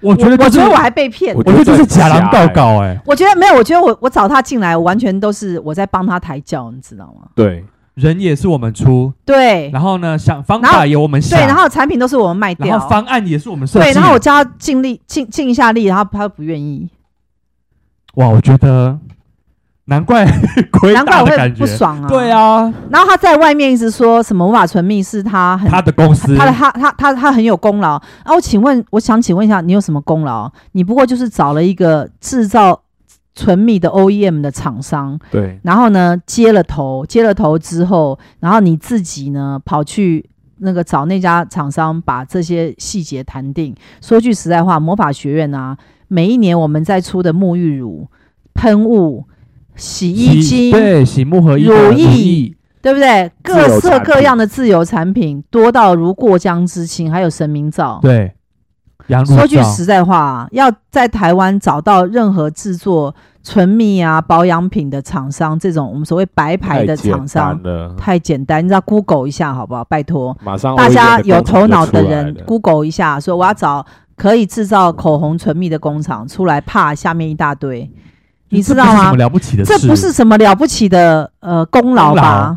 S2: 我觉得
S1: 我
S2: 就是，
S1: 觉得我还被骗
S3: 我。
S2: 我觉得就是
S3: 我觉得
S2: 假狼告告哎、
S1: 我觉得没有，我觉得我我找他进来，我完全都是我在帮他抬轿，你知道吗？
S3: 对，
S2: 人也是我们出，
S1: 对
S2: 然后呢想方
S1: 然
S2: 法
S1: 后
S2: 也我们
S1: 对，
S2: 想，
S1: 然后产品都是我们卖
S2: 然
S1: 掉
S2: 后，方案也是我们设计
S1: 对，
S2: 的。
S1: 然后我叫他尽力尽尽一下力，然后他不愿意，
S2: 哇，我觉得难怪 亏
S1: 难怪
S2: 大
S1: 我
S2: 的
S1: 会
S2: 感觉
S1: 不。爽啊。
S2: 对，啊，
S1: 然后他在外面一直说什么无法存密是他很
S2: 他的公司，
S1: 他的他他他他很有功劳啊！我请问，我想请问一下，你有什么功劳？你不过就是找了一个制造纯米的 OEM 的厂商，
S3: 对，
S1: 然后呢接了头，接了头之后，然后你自己呢跑去那个找那家厂商把这些细节谈定。说句实在话，魔法学院啊，每一年我们在出的沐浴乳、喷雾、洗衣精，
S2: 洗对，洗木和衣
S1: 乳
S2: 的
S1: 液
S2: 液，
S1: 对不对？
S3: 自
S1: 各
S3: 有
S1: 色
S3: 产
S1: 各
S3: 品
S1: 样的自由产品多到如过江之鲫，还有神明皂。
S2: 对，羊乳
S1: 说句
S2: 皂
S1: 实在话啊，要在台湾找到任何制作唇蜜啊、保养品的厂商，这种我们所谓白牌
S3: 太
S1: 的
S3: 简
S1: 厂商
S3: 单，了，
S1: 太简单，你知道 Google 一下好不好？拜托，
S3: 马上
S1: 大
S3: OEM
S1: 家
S3: 的
S1: 有
S3: 工厂
S1: 头
S3: 就
S1: 脑
S3: 出
S1: 的
S3: 来
S1: 人
S3: 了
S1: Google 一下，说我要找可以制造口红唇蜜的工厂出来，啪，下面一大堆，你知道
S2: 这不是
S1: 吗
S2: 什么？了不起的事？
S1: 这不是什么了不起的呃功劳
S2: 功
S1: 吧
S2: 劳？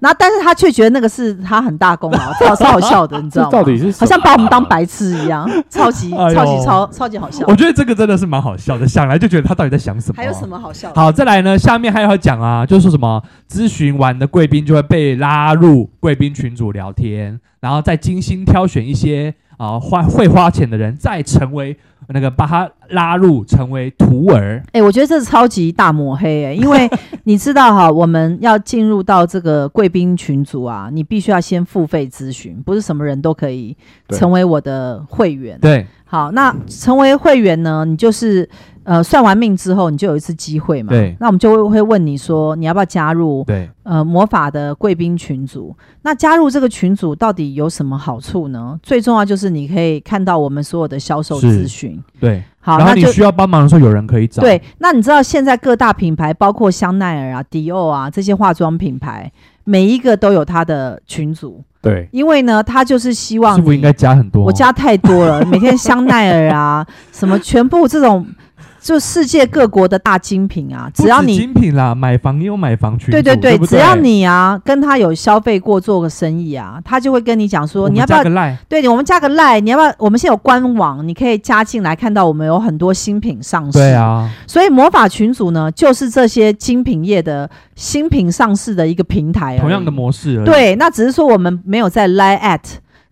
S1: 那但是他却觉得那个是他很大功劳，超超好笑的，你知
S3: 这
S1: 道吗？
S3: 到底是什
S1: 好像
S3: 么
S1: 把我们当
S3: 啊
S1: 白痴一 样，超级
S2: 哎呦
S1: 超级超超级好笑
S2: 我。觉得这个真的是蛮好笑的，想来就觉得他到底在想什么。啊
S1: 还有什？么好笑的？
S2: 好，再来呢，下面还要讲啊，就是说什么咨询完的贵宾就会被拉入贵宾群组聊天，然后再精心挑选一些啊花会花钱的人，再成为那个把他拉入成为徒儿。
S1: 哎、我觉得这是超级大抹黑哎、因 为你知道哈，我们要进入到这个贵宾群组啊，你必须要先付费咨询，不是什么人都可以
S3: 对
S1: 成为我的会员。
S2: 对，
S1: 好，那成为会员呢，你就是呃算完命之后，你就有一次机会嘛。
S2: 对
S1: 那我们就会会问你说，你要不要加入
S2: 对，
S1: 呃魔法的贵宾群组。那加入这个群组到底有什么好处呢？最重要就是你可以看到我们所有的销售
S2: 是
S1: 资讯。
S2: 对。
S1: 好，
S2: 然后
S1: 那
S2: 你
S1: 就
S2: 需要帮忙的时候，有人可以找。
S1: 对。那你知道现在各大品牌，包括香奈儿啊、迪奥啊这些化妆品牌，每一个都有它的群组，
S3: 对
S1: 因为呢，它就是希望
S2: 是不
S1: 你
S2: 是应该啊加很多？
S1: 我加太多了，每天香奈儿啊，什么全部这种，就世界各国的大精品啊，
S2: 不
S1: 只要
S2: 止
S1: 你
S2: 精品啦，买房也有买房群组，
S1: 对
S2: 对
S1: 对，
S2: 不
S1: 只要你啊跟他有消费过做个生意啊，他就会跟你讲
S2: 我
S1: 说
S2: 们
S1: 你要不
S2: 加
S1: 要
S2: 个赖，
S1: 对，我们加个 line，你要不要？我们现在有官网，你可以加进来看到我们有很多新品上市。
S2: 对，啊，
S1: 所以魔法群组呢，就是这些精品业的新品上市的一个平台而已，
S2: 同样的模式而已。
S1: 对，那只是说我们没有在 line at，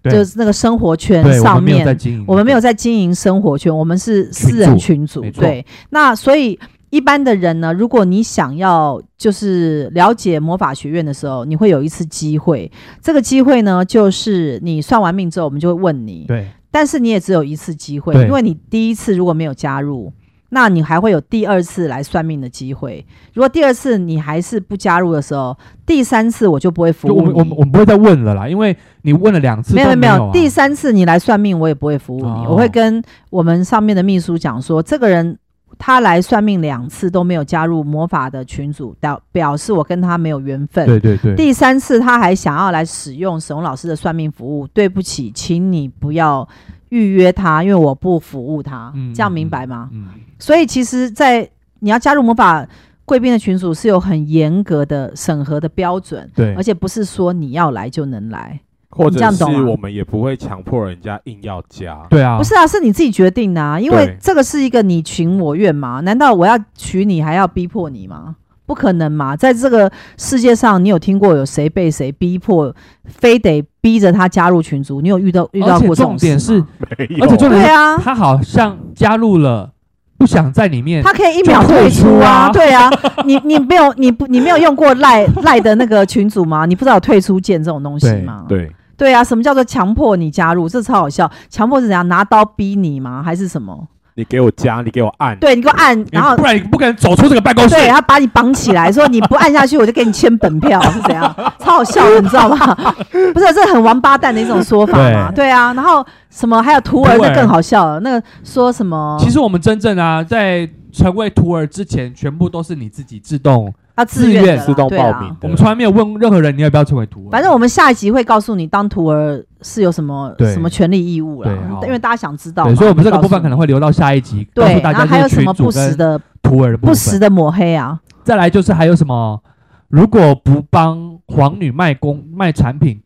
S2: 对
S1: 就是那个生活圈
S2: 对，我
S1: 上
S2: 们没有在
S1: 面，
S2: 经营，
S1: 我们没有在经营生活圈，我们是私
S2: 群
S1: 人
S2: 组
S1: 群组。
S2: 没错
S1: 对，那所以一般的人呢，如果你想要就是了解魔法学院的时候，你会有一次机会。这个机会呢，就是你算完命之后，我们就会问你，
S2: 对。
S1: 但是你也只有一次机会，
S2: 对
S1: 因为你第一次如果没有加入。那你还会有第二次来算命的机会。如果第二次你还是不加入的时候，第三次我就不会服
S2: 就我
S1: 务
S2: 们我
S1: 你
S2: 们。我们不会再问了啦，因为你问了两次
S1: 没
S2: 都
S1: 有
S2: 没
S1: 没
S2: 啊
S1: 第三次你来算命，我也不会服务你，
S2: 哦
S1: 我会跟我们上面的秘书讲说，这个人他来算命两次都没有加入魔法的群组，表表示我跟他没有缘分。
S2: 对对对，
S1: 第三次他还想要来使用沈老师的算命服务，对不起，请你不要预约他，因为我不服务他，
S2: 嗯
S1: 这样明白吗？
S2: 嗯，
S1: 所以其实在你要加入魔法贵宾的群组是有很严格的审核的标准，
S2: 对
S1: 而，且不是说你要来就能来。
S3: 或
S1: 你
S3: 者
S1: 这样
S3: 是
S1: 懂啊吗
S3: 我们也不会强迫人家硬要加，
S2: 对啊，
S1: 不是啊，是你自己决定的、啊，因为
S3: 对
S1: 这个是一个你情我愿嘛。难道我要娶你还要逼迫你吗？不可能嘛！在这个世界上，你有听过有谁被谁逼迫，非得逼着他加入群组？你有遇到遇到
S2: 而且
S1: 过这种
S2: 重点
S1: 事
S2: 是
S1: 吗，
S3: 没有，
S2: 而且重点
S1: 对
S2: 是
S1: 啊，
S2: 他好像加入了，不想在里面，
S1: 他可以一秒
S2: 就
S1: 退
S2: 退
S1: 出
S2: 出
S1: 啊，
S2: 啊
S1: 对啊，你你没有你不你没有用过赖 赖的那个群组吗？你不知道有退出键这种东西
S2: 对
S1: 吗？
S3: 对
S1: 对啊，什么叫做强迫你加入？这超好笑，强迫是怎样？拿刀逼你吗？还是什么？
S3: 你给我加，你给我按，
S1: 对你给我按，然后
S2: 不然你不可能走出这个办公室。
S1: 对，他把你绑起来，说你不按下去，我就给你签本票， 是怎样？超好笑的，你知道吗？ 不是，这很王八蛋的一种说法嘛。对啊，然后什么还有徒儿，
S2: 徒儿
S1: 那更好笑了。那个说什么？
S2: 其实我们真正啊，在成为徒儿之前，全部都是你自己自动
S1: 啊，自愿的啦
S3: 自动
S1: 对啦啊
S3: 报名
S2: 我们从来没有问任何人你要不要成为徒儿，
S1: 反正我们下一集会告诉你，当徒儿是有什么
S2: 对
S1: 什么权利义务啦
S2: 对好，
S1: 因为大家想知道嘛。
S2: 对，所以我们这个
S1: 就告
S2: 部
S1: 诉
S2: 分可能会留到下一集，告
S1: 对
S2: 诉，大
S1: 然
S2: 家
S1: 后还有
S2: 这
S1: 什
S2: 群
S1: 么
S2: 主
S1: 不实
S2: 跟
S1: 的
S2: 徒儿的部
S1: 不实
S2: 分。
S1: 的抹黑 啊？
S2: 再来就是还有什么，如果不帮皇女卖公卖产品，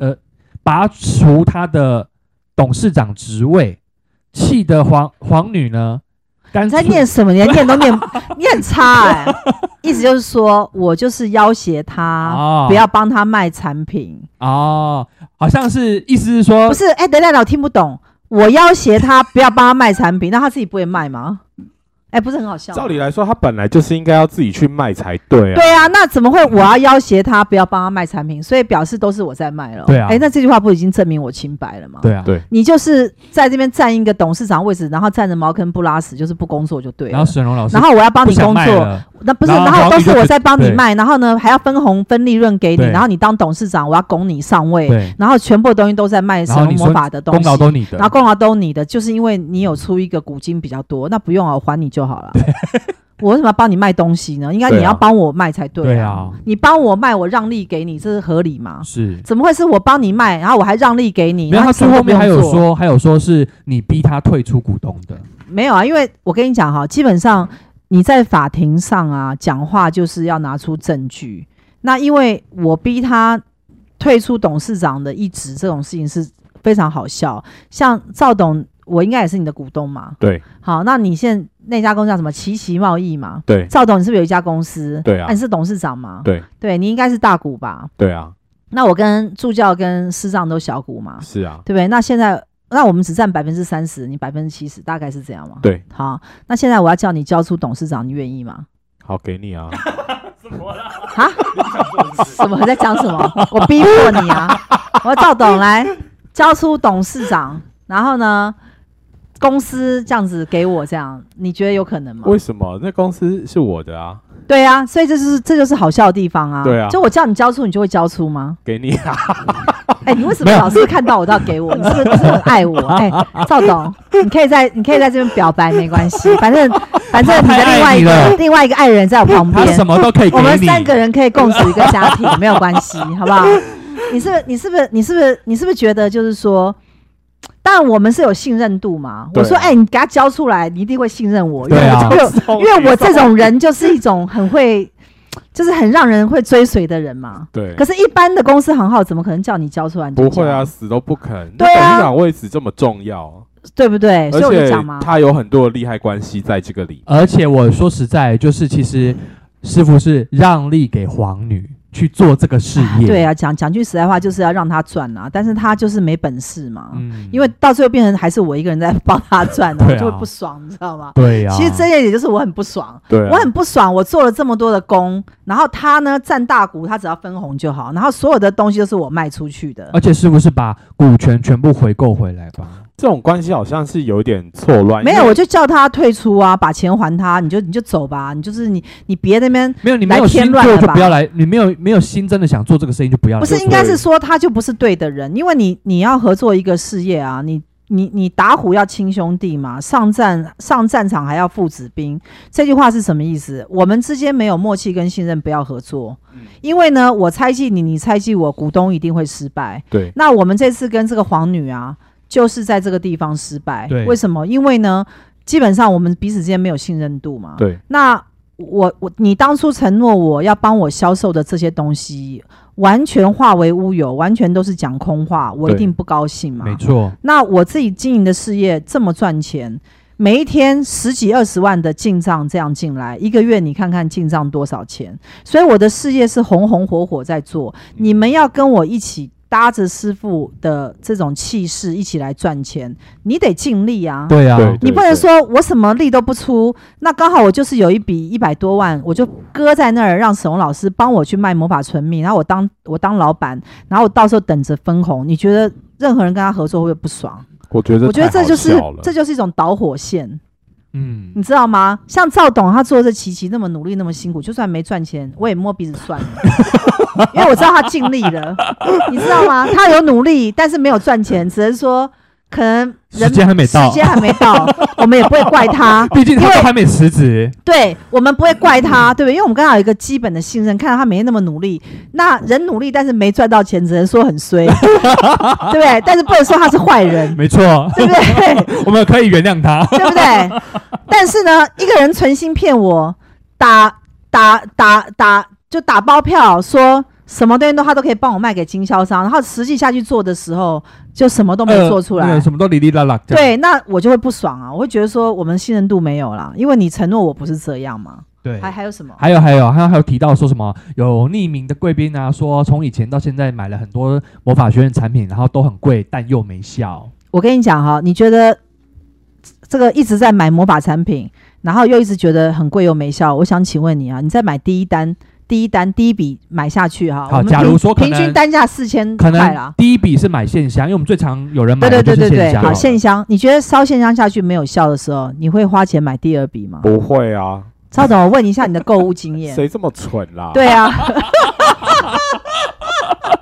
S2: 呃，拔除她的董事长职位，气得皇皇女呢，干
S1: 你在
S2: 脆
S1: 念什么？你连念都念， 你很差哎、意思就是说我就是要挟他，
S2: 啊
S1: 不要帮他卖产品。
S2: 哦，好像是意思是说
S1: 不是，哎、等一下，老听不懂。我要挟他不要帮他卖产品，那他自己不会卖吗？哎、不是很好笑吗？
S3: 照理来说，他本来就是应该要自己去卖才对啊。
S1: 对啊，那怎么会我要要挟他不要帮他卖产品？所以表示都是我在卖了。
S2: 对啊
S1: 哎、那这句话不已经证明我清白了吗？
S2: 对啊，
S3: 对
S1: 你就是在这边占一个董事长位置，然后站着茅坑不拉屎，就是不工作就对
S2: 然
S1: 了
S2: 后。沈荣老师
S1: 然后我要帮
S2: 不
S1: 你
S2: 想
S1: 工
S2: 卖
S1: 作，
S2: 了，
S1: 那不是，
S2: 然后
S1: 然后
S2: 然后
S1: 都
S2: 一
S1: 是
S2: 个
S1: 我
S2: 就
S1: 在帮你
S2: 对
S1: 卖，然后呢还要分红分利润给你，
S2: 对
S1: 然后你当董事长，我要拱你上位，
S2: 对，
S1: 然后全部的东西都在卖
S2: 然
S1: 神
S2: 后
S1: 龙
S2: 你
S1: 魔
S2: 说
S1: 法的东
S2: 功
S1: 西，
S2: 劳都你的
S1: 然后，功劳都你的，就是因为你有出一个股金比较多，那不用啊，我还你就好了。 我为什么要帮你卖东西呢？应该
S3: 对啊
S1: 你要帮我卖才对
S2: 对啊，
S1: 你帮我卖，我让利给你，这是合理吗？
S2: 是。
S1: 怎么会是我帮你卖，然后我还让利给你？
S2: 没
S1: 然
S2: 有，他
S1: 后
S2: 最
S1: 什么
S2: 后
S1: 都不
S2: 面
S1: 用
S2: 还有
S1: 做
S2: 说，还有说是你逼他退出股东的，
S1: 没有啊，因为我跟你讲哈，基本上你在法庭上啊讲话就是要拿出证据。那因为我逼他退出董事长的一职，这种事情是非常好笑。像赵董，我应该也是你的股东嘛。
S3: 对
S1: 好，那你现在那家公司叫什么？奇奇贸易嘛。
S3: 对
S1: 赵董，你是不是有一家公司？
S3: 对啊
S1: 你是董事长嘛？
S3: 对
S1: 对，你应该是大股吧？
S3: 对啊，
S1: 那我跟助教跟师长都小股嘛，
S3: 是啊，
S1: 对不对？那现在那我们只占百分之三十，你百分之七十，大概是这样嘛？
S3: 对，
S1: 好，那现在我要叫你交出董事长，你愿意吗？
S3: 好给你 啊，
S1: 啊？什么在讲什么？我逼迫你啊！我赵董来交出董事长，然后呢，公司这样子给我这样，你觉得有可能吗？
S3: 为什么？那公司是我的啊，
S1: 对啊，所以这就是这就是好笑的地方啊。
S3: 对啊
S1: 就我叫你交出，你就会交出吗？
S3: 给你 啊，
S1: 哎、你为什
S2: 没
S1: 么
S2: 有
S1: 老是看到我都要给我？你是不是不是很爱 我？哎、赵董，你可以在你可以在这边表白没关系， 反正反正你的另外一
S2: 太爱你
S1: 个
S2: 了
S1: 另外一个爱人在我旁
S2: 他
S1: 边
S2: 什，么都可以给
S1: 我
S2: 你。
S1: 们三个人可以共处一个家庭，没有关 系，好不好？你是不是你是不是你是不是你是不是觉得就是说，但我们是有信任度嘛？
S3: 对
S1: 我
S3: 啊
S1: 说，哎、你给他交出来，你一定会信任我，因为
S2: 对啊
S1: 我因为因为我这种人就是一种很会，就是很让人会追随的人嘛。
S3: 对，
S1: 可是，一般的公司行号怎么可能叫你交出来？
S3: 不会啊，，死都不肯。那
S1: 对啊
S3: 董事长位置这么重要，
S1: 对不对？所
S3: 而
S1: 以我就
S3: 且
S1: 讲嘛，
S3: 他有很多的利害关系在这个里。
S2: 而且我说实在，就是其实师傅是让利给皇女去做这个事业。
S1: 对，啊，讲讲句实在话，就是要让他赚啊，但是他就是没本事嘛。
S2: 嗯
S1: 因为到最后变成还是我一个人在帮他赚、啊，
S2: 对
S1: 我
S2: 啊
S1: 就会不爽，你知道吗？
S2: 对呀、啊，
S1: 其实这一点就是我很不爽，
S3: 对啊，
S1: 我很不爽，我做了这么多的工，然后他呢占大股，他只要分红就好，然后所有的东西都是我卖出去的
S3: 啊
S2: 而。且师傅是把股权全部回购回来吧？
S3: 这种关系好像是有点错乱。
S1: 没
S3: 因
S1: 有，
S3: 为
S1: 我就叫他退出啊，把钱还他，你就你就走吧，你就是你你别那边
S2: 没有，你没有
S1: 来添
S2: 心
S1: 乱
S2: 做
S1: 了
S2: 就
S1: 吧
S2: 不要来，你没有没有心真的想做这个生意就不要来。
S1: 不是
S3: 啊就
S1: 应该
S3: 对
S1: 是说他就不是对的人，因为你你要合作一个事业啊，你你你打虎要亲兄弟嘛，上战上战场还要父子兵，这句话是什么意思？我们之间没有默契跟信任，不要合作，
S3: 嗯
S1: 因为呢，我猜忌你，你猜忌我，股东一定会失败。
S3: 对
S1: 那我们这次跟这个皇女啊，就是在这个地方失败
S2: 对，
S1: 为什么？因为呢，基本上我们彼此之间没有信任度嘛。
S3: 对
S1: 那我我你当初承诺我要帮我销售的这些东西，完全化为乌有，完全都是讲空话，我一
S3: 对
S1: 定不高兴嘛
S2: 没。错，
S1: 那我自己经营的事业这么赚钱，每一天十几二十万的进账这样进来，一个月你看看进账多少钱？所以我的事业是红红火火在做，
S2: 嗯
S1: 你们要跟我一起。搭着师傅的这种气势一起来赚钱，你得尽力啊！
S2: 对啊，
S3: 对
S1: 你不能说我什么力都不出，那刚好我就是有一笔一百多万，我就搁在那儿，让沈龙老师帮我去卖魔法唇蜜，然后我当我当老板，然后我到时候等着分红。你觉得任何人跟他合作会不会不爽？
S3: 我觉得
S1: 我觉得
S3: 太
S1: 这
S3: 好
S1: 就是
S3: 笑了
S1: 这就是一种导火线，
S2: 嗯
S1: 你，知道吗？像赵董他做这琪琪那么努力那么辛苦，就算没赚钱，我也摸鼻子 算了，因为我知道他尽力了，你知道吗？他有努力，但是没有赚钱，只能说。可能人
S2: 时间还没到
S1: 时间还没到，我们也不会怪他。
S2: 毕竟他
S1: 因为
S2: 都还没辞职，
S1: 对我们不会怪他，对不对？因为我们刚好有一个基本的信任，看到他每天那么努力，那人努力但是没赚到钱，只能说很衰，对不对？但是不能说他是坏人，
S2: 没错，
S1: 对不对？
S2: 我们可以原谅他。
S1: 对不对？但是呢，一个人存心骗我，打打打打就打包票，说什么东西都他都可以帮我卖给经销商，然后实际下去做的时候，就什么都没有做出来。
S2: 呃对什么都哩哩啦啦。这样
S1: 对，那我就会不爽啊！我会觉得说我们信任度没有啦，因为你承诺我不是这样嘛。
S2: 对
S1: 还还有什么？
S2: 还有还有还有还有提到说什么有匿名的贵宾啊，说从以前到现在买了很多魔法学院产品，然后都很贵，但又没效。
S1: 我跟你讲哈，你觉得这个一直在买魔法产品，然后又一直觉得很贵又没效，我想请问你啊，你在买第一单、第一单、第一笔买下去哈，
S2: 好
S1: 我们
S2: 假如
S1: 平
S2: 说可
S1: 平
S2: 能
S1: 均单价四千
S2: 可
S1: 块
S2: 能
S1: 啦。
S2: 第一笔是买线香，因为我们最常有人买
S1: 对对
S2: 的就
S1: 对
S2: 是
S1: 对
S2: 线
S1: 对，
S2: 香。
S1: 好线香，你觉得烧线香下去没有效的时候，你会花钱买第二笔吗？
S3: 不会啊，
S1: 赵董，我问一下你的购物经 验。
S3: 谁这么蠢啦？，
S1: 对啊，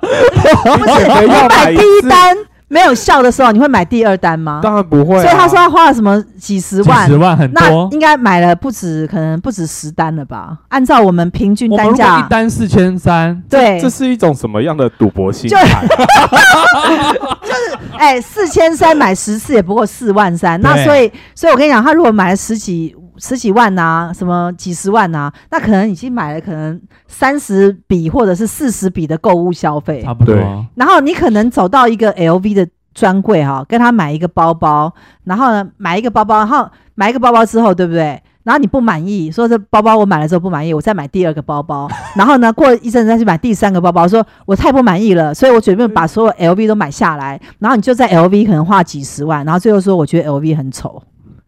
S3: 你姐姐要买
S1: 买
S3: 一
S1: 第一
S3: 次，
S1: 单没有效的时候，你会买第二单吗？
S3: 当然不会啊。
S1: 所以他说他花了什么几十万，
S2: 十万很
S1: 那
S2: 多。
S1: 应该买了不止，可能不止十单了吧？按照我们平均
S2: 我们
S1: 单
S2: 如果
S1: 价
S2: 一，单四千三，
S1: 对
S3: 这，是一种什么样的赌博心 态？
S1: 哎，四千三买十次也不过四万三，那
S2: 对
S1: 所以，所以我跟你讲，他如果买了十几十几万呐、什么几十万呐、那可能已经买了可能三十笔或者是四十笔的购物消费
S2: 差，不
S3: 对
S2: 多。
S1: 然后你可能走到一个 LV 的专柜哈、跟他买一个包包，然后呢买一个包包，然后买一个包包之后，对不对？然后你不满意，说这包包我买了之后不满意，我再买第二个包包，然后呢，过一阵子再去买第三个包包，说我太不满意了，所以我准备把所有 LV 都买下来，然后你就在 LV 可能花几十万，然后最后说我觉得 LV 很丑，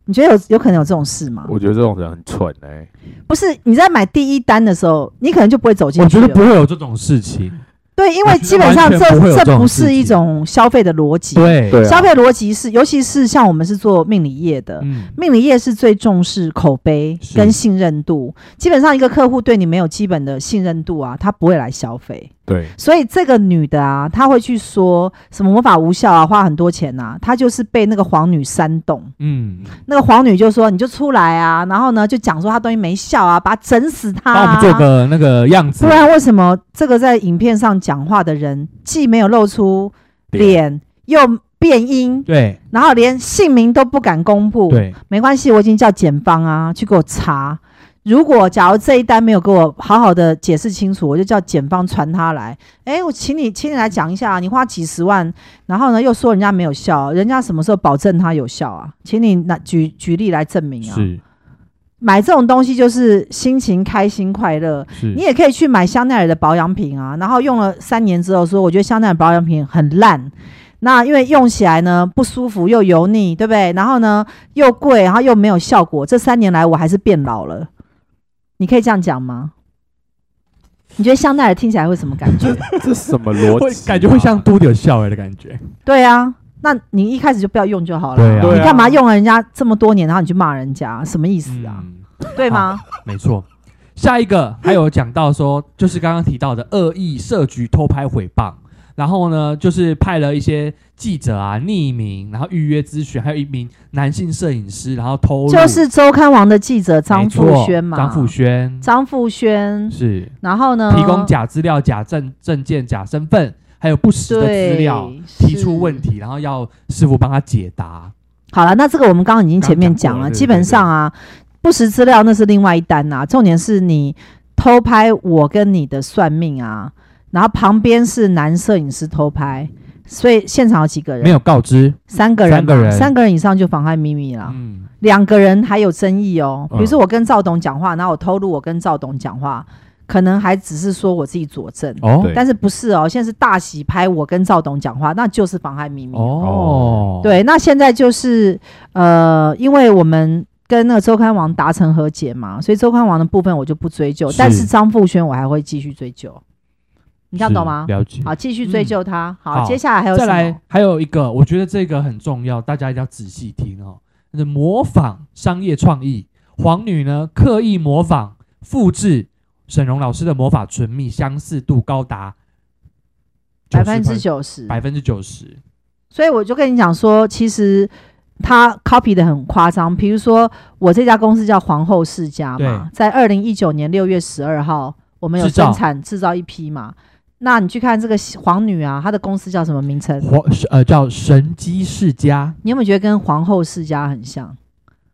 S1: 你觉得有有可能有这种事吗？
S3: 我觉得这种人很蠢哎。
S1: 不是，你在买第一单的时候，你可能就不会走进
S2: 我
S1: 去
S2: 觉
S1: 了。
S2: 得不会有这种事情。
S1: 对，因为
S2: 我觉得
S1: 基本上
S2: 完
S1: 这
S2: 全不会有这
S1: 这
S2: 种
S1: 不
S2: 事
S1: 是
S2: 情
S1: 一种消费的逻辑。
S2: 对
S3: 对
S1: 消
S3: 啊，
S1: 费逻辑是，尤其是像我们是做命理业的，
S2: 嗯，
S1: 命理业是最重视口碑
S2: 是
S1: 跟信任度。基本上一个客户对你没有基本的信任度啊，他不会来消费。
S3: 对，
S1: 所以这个女的啊，她会去说什么魔法无效啊，花很多钱呐、啊，她就是被那个黄女煽动。
S2: 嗯，
S1: 那个黄女就说：“你就出来啊！”然后呢，就讲说她东西没效啊，把她整死她、
S2: 帮我
S1: 啊
S2: 们。做个那个样子
S1: 不。然为什么这个在影片上讲话的人，既没有露出脸，又变音，
S2: 对
S1: 然后连姓名都不敢公布。，
S2: 对，
S1: 没关系，我已经叫检方啊去给我查。如果假如这一单没有给我好好的解释清楚，我就叫检方传他来。诶，我请你，请你来讲一下啊，你花几十万，然后呢又说人家没有效，人家什么时候保证他有效啊？请你拿举举例来证明啊。
S2: 是
S1: 买这种东西就是心情开心快乐，
S2: 是
S1: 你。也可以去买香奈儿的保养品啊，然后用了三年之后说，我觉得香奈儿保养品很烂。那因为用起来呢不舒服又油腻，对不对？然后呢又贵，然后又没有效果。这三年来我还是变老了，你可以这样讲吗？你觉得香奈儿听起来会什么感 觉？
S3: 这什么逻
S2: 会
S3: 辑啊？
S2: 感觉会像嘟点笑哎的感觉，
S1: 对啊，那你一开始就不要用就好了。
S2: 对啊
S1: 你干嘛用了人家这么多年，然后你去骂人家，什么意思啊？
S2: 嗯，
S1: 对吗？
S2: 没错。下一个还有讲到说，就是刚刚提到的恶意设局、偷拍、诽谤，然后呢，就是派了一些记者啊、匿名，然后预约咨询，还有一名男性摄影师，然后偷录
S1: 就是周刊王的记者张
S2: 没
S1: 富
S2: 错
S1: 轩嘛，
S2: 张富轩
S1: 张嗯富轩，
S2: 是
S1: 然后呢，
S2: 提供假资料、假证证件、假身份，还有不实的资料，
S1: 对
S2: 提出问
S1: 是
S2: 题，然后要师傅帮他解答。
S1: 好了，那这个我们刚刚已经前面
S2: 刚
S1: 讲
S2: 讲
S1: 了，
S2: 过了
S1: 基本上啊，不实资料那是另外一单呐、重点是你偷拍我跟你的算命啊，然后旁边是男摄影师偷拍，所以现场有几个
S2: 没
S1: 人？
S2: 有告知，
S1: 三个人嘛，
S2: 三个人
S1: 三个人啊以上就妨害秘密了。
S2: 嗯，
S1: 两个人还有争议哦，比如
S2: 嗯
S1: 说我跟赵董讲话，然后我透露我跟赵董讲话，可能还只是说我自己佐证。
S2: 哦
S3: 对
S1: 但是不是哦？现在是大喜拍我跟赵董讲话，那就是妨害秘密。
S2: 哦，
S1: 对，那现在就是呃，因为我们跟那个周刊王达成和解嘛，所以周刊王的部分我就不追究，
S2: 是
S1: 但是张富轩我还会继续追究，你
S2: 是，
S1: 这样懂吗？
S2: 了解。
S1: 好，继续追
S2: 嗯
S1: 究他。好，
S2: 好
S1: 接下来还有
S2: 再
S1: 什
S2: 来
S1: 么？
S2: 还有一个，我觉得这个很重要，大家一定要仔细听哦。就是模仿商业创意，黄女呢刻意模仿复制沈荣老师的魔法唇蜜，相似度高达
S1: 百分之九十，
S2: 百分之九十。
S1: 所以我就跟你讲说，其实他 copy 的很夸张。比如说，我这家公司叫皇后世家嘛，在二零一九年六月十二号，我们有
S2: 制造
S1: 生产制造一批嘛。那你去看这个皇女啊，她的公司叫什么名称？
S2: 皇呃叫神机世家，
S1: 你有没有觉得跟皇后世家很像？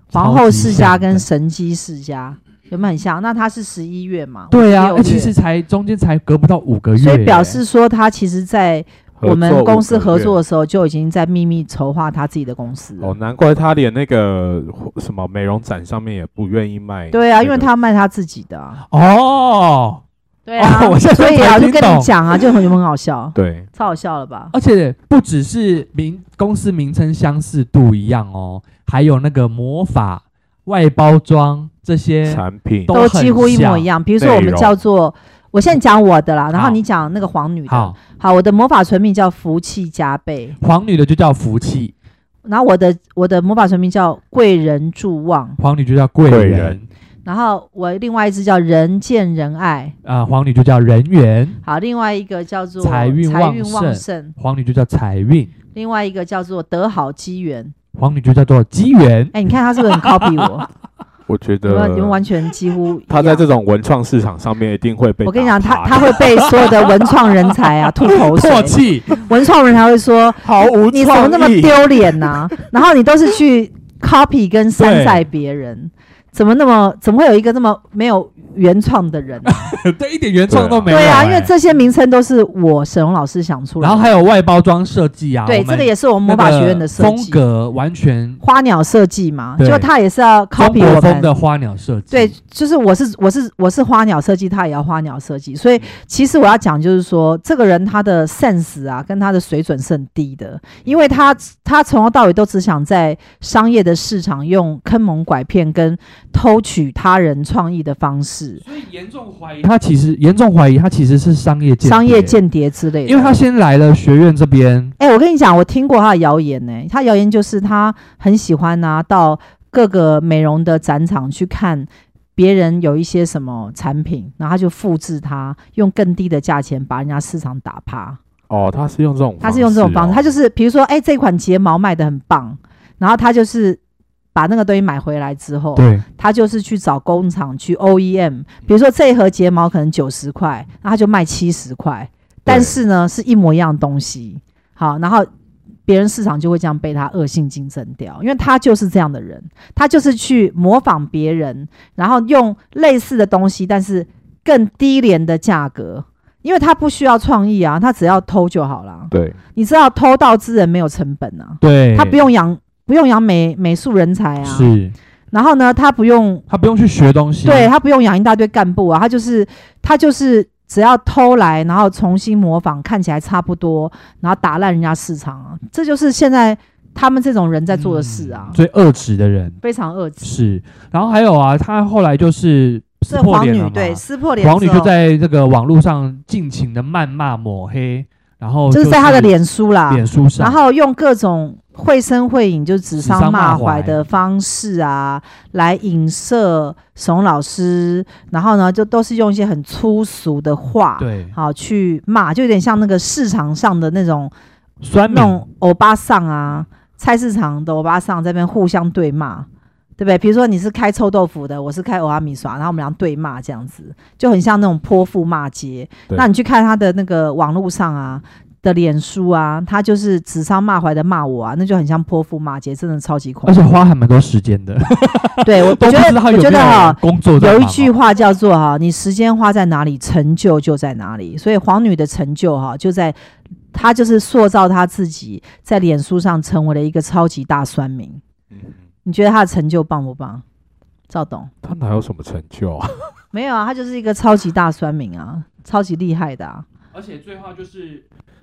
S2: 超级
S1: 皇后世家
S2: 像的
S1: 跟神机世家有没有很像？那它是十一月嘛？
S2: 对啊，
S1: 16
S2: 哎、其
S1: 月
S2: 实才中间才隔不到五个月耶，
S1: 所以表示说，他其实在我
S3: 合
S1: 们
S3: 作
S1: 公司
S3: 五个
S1: 合
S3: 月
S1: 作的时候，就已经在秘密筹划他自己的公司了
S3: 哦，难怪他连那个什么美容展上面也不愿意卖。
S1: 对啊，因为
S3: 这个
S1: 他卖他自己的、啊，
S2: 哦，
S1: 对啊，
S2: 哦我现在
S1: 所以啊，
S2: 才
S1: 我就
S2: 听
S1: 跟
S2: 懂
S1: 你讲啊，就很很好笑，
S3: 对
S1: 超好笑了吧？
S2: 而且不只是名公司名称相似度一样哦，还有那个魔法外包装这些，
S3: 产品
S2: 都
S1: 都
S2: 很
S1: 几乎一模
S2: 像
S1: 一样。比如说我
S3: 内
S1: 们
S3: 容
S1: 叫做，我现在讲我的啦，然后
S2: 好
S1: 你讲那个黄女的。
S2: 好，
S1: 好我的魔法唇蜜叫福气加倍，
S2: 皇女的就叫福气，
S1: 然后我的我的魔法唇蜜叫贵人助旺，
S2: 皇女就叫贵
S3: 贵
S2: 人
S3: 人，
S1: 然后我另外一只叫人见人爱，
S2: 啊，皇、女就叫人缘，
S1: 好，另外一个叫做
S2: 财运旺盛
S1: 盛，
S2: 皇女就叫财运，
S1: 另外一个叫做得好机缘。
S2: 皇女就叫做机缘。
S1: 哎，你看他是不是很 copy 我？
S3: 我觉
S1: 你们你们
S3: 得
S1: 完全几乎一
S3: 他在
S1: 样
S3: 这种文创市场上面一定会被
S1: 我跟你
S3: 打
S1: 讲，他
S3: 趴
S1: 他
S3: 的
S1: 会被所有的文创人才 啊吐口水，
S2: 唾弃，
S1: 文创人才会说
S3: 毫无
S1: 你怎么那么
S3: 创意
S1: 丢脸呐？ 然后你都是去 copy 跟山
S2: 对
S1: 寨别人，怎么那么怎么会有一个那么没有原创的人啊？
S2: 对，一点原创都 没有、
S1: 对啊，
S2: 哎
S1: 因为这些名称都是我沈荣老师想出来的，
S2: 然后还有外包装设计啊，
S1: 对
S2: 我们
S1: 这个也是我们魔法学院的设
S2: 那个
S1: 计
S2: 风。格完全
S1: 花鸟设计嘛，
S2: 对
S1: 就他也是要
S2: 中
S1: copy
S2: 国
S1: 我
S2: 风
S1: 们。
S2: 的花鸟设计。
S1: 对，就是我是我是我是花鸟设计，他也要花鸟设计，
S2: 嗯
S1: 所以其实我要讲就是说，这个人他的 sense 啊，跟他的水准是很低的，因为他他从头到尾都只想在商业的市场用坑蒙拐骗跟偷取他人创意的方式，
S2: 所以严重怀疑他其实严重怀疑他其实是商业间谍
S1: 商业，间谍之类的。
S2: 因为他先来了学院这边，
S1: 哎、我跟你讲，我听过他的谣言呢、他谣言就是他很喜欢啊，到各个美容的展场去看别人有一些什么产品，然后他就复制它，用更低的价钱把人家市场打趴。
S3: 哦，他哦是用这种，
S1: 他是用这种方式，他就是比如说，哎、这款睫毛卖的很棒，然后他就是把那个东西买回来之后，
S2: 对，
S1: 他就是去找工厂去 OEM，比如说这一盒睫毛可能九十块，那他就卖七十块，但是呢是一模一样的东西。好，然后别人市场就会这样被他恶性竞争掉，因为他就是这样的人，他就是去模仿别人，然后用类似的东西，但是更低廉的价格。因为他不需要创意啊，他只要偷就好了。
S3: 对
S1: 你知道偷盗之人没有成本啊，
S2: 对，
S1: 他不用养不用养美美术人才啊，
S2: 是
S1: 然后呢，他不用
S2: 他不用去学东西，
S1: 对他不用养一大堆干部啊，他就是他就是只要偷来，然后重新模仿，看起来差不多，然后打烂人家市场啊，这就是现在他们这种人在做的事啊，
S2: 嗯最恶质的人
S1: 非常恶质。
S2: 是。然后还有啊，他后来就是撕
S1: 这
S2: 破
S1: 黄
S2: 脸了
S1: 女
S2: 嘛，
S1: 对撕破脸之后，
S2: 王女就在这个网络上尽情的谩骂抹黑，然后
S1: 就是
S2: 是
S1: 在他的脸书啦，
S2: 脸书上，
S1: 然后用各种绘声绘影，就指
S2: 指
S1: 桑
S2: 桑骂
S1: 骂槐
S2: 槐
S1: 的方式啊，来影射熊老师，然后呢，就都是用一些很粗俗的话，
S2: 对
S1: 好去骂，就有点像那个市场上的那种
S2: 酸
S1: 那
S2: 民
S1: 种欧巴桑啊，菜市场的欧巴桑在那边互相对骂，对不对？比如说你是开臭豆腐的，我是开欧阿米耍，然后我们俩对骂这样子，就很像那种泼妇骂街。
S3: 对
S1: 那你去看他的那个网络上啊的脸书啊，他就是指桑骂槐的骂我啊，那就很像泼妇骂街，真的超级恐
S2: 而且
S1: 怖。
S2: 花还蛮多时间的，
S1: 对我，我
S2: 都
S1: 觉得
S2: 不知道他
S1: 我
S2: 有
S1: 觉
S2: 没
S1: 得哈
S2: 有。工作在
S1: 有一
S2: 忙
S1: 句
S2: 哦
S1: 话叫做“哈，你时间花在哪里，成就就在哪里”。所以黄女的成就哈，就在她就是塑造她自己在脸书上成为了一个超级大酸民。
S3: 嗯
S1: 你觉得她的成就棒不棒？赵董
S3: 他哪有什么成就啊？
S1: 没有啊，她就是一个超级大酸民啊，超级厉害的啊。
S2: 而且最后就是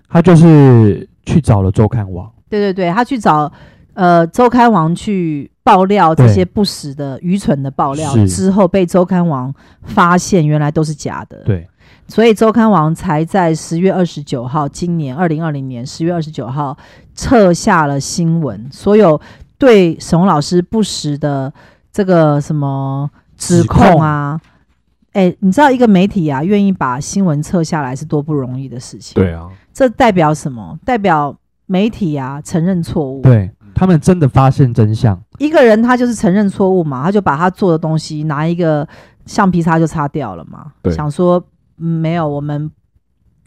S2: 他就是去找了周刊网，
S1: 对对对，她去找呃周刊王去爆料这
S2: 对
S1: 些不实的、愚蠢的爆料
S2: 是
S1: 之后，被周刊王发现原来都是假的。
S2: 对，
S1: 所以周刊王才在十月二十九号，今年二零二零年十月二十九号撤下了新闻，所有对沈宏老师不实的这个什么指控啊。哎、你知道一个媒体啊，愿意把新闻撤下来是多不容易的事情。
S3: 对啊，
S1: 这代表什么？代表媒体啊承认错误。
S2: 对他们真的发现真相，
S1: 一个人他就是承认错误嘛，他就把他做的东西拿一个橡皮擦就擦掉了嘛，
S3: 对
S1: 想说、嗯没有，我们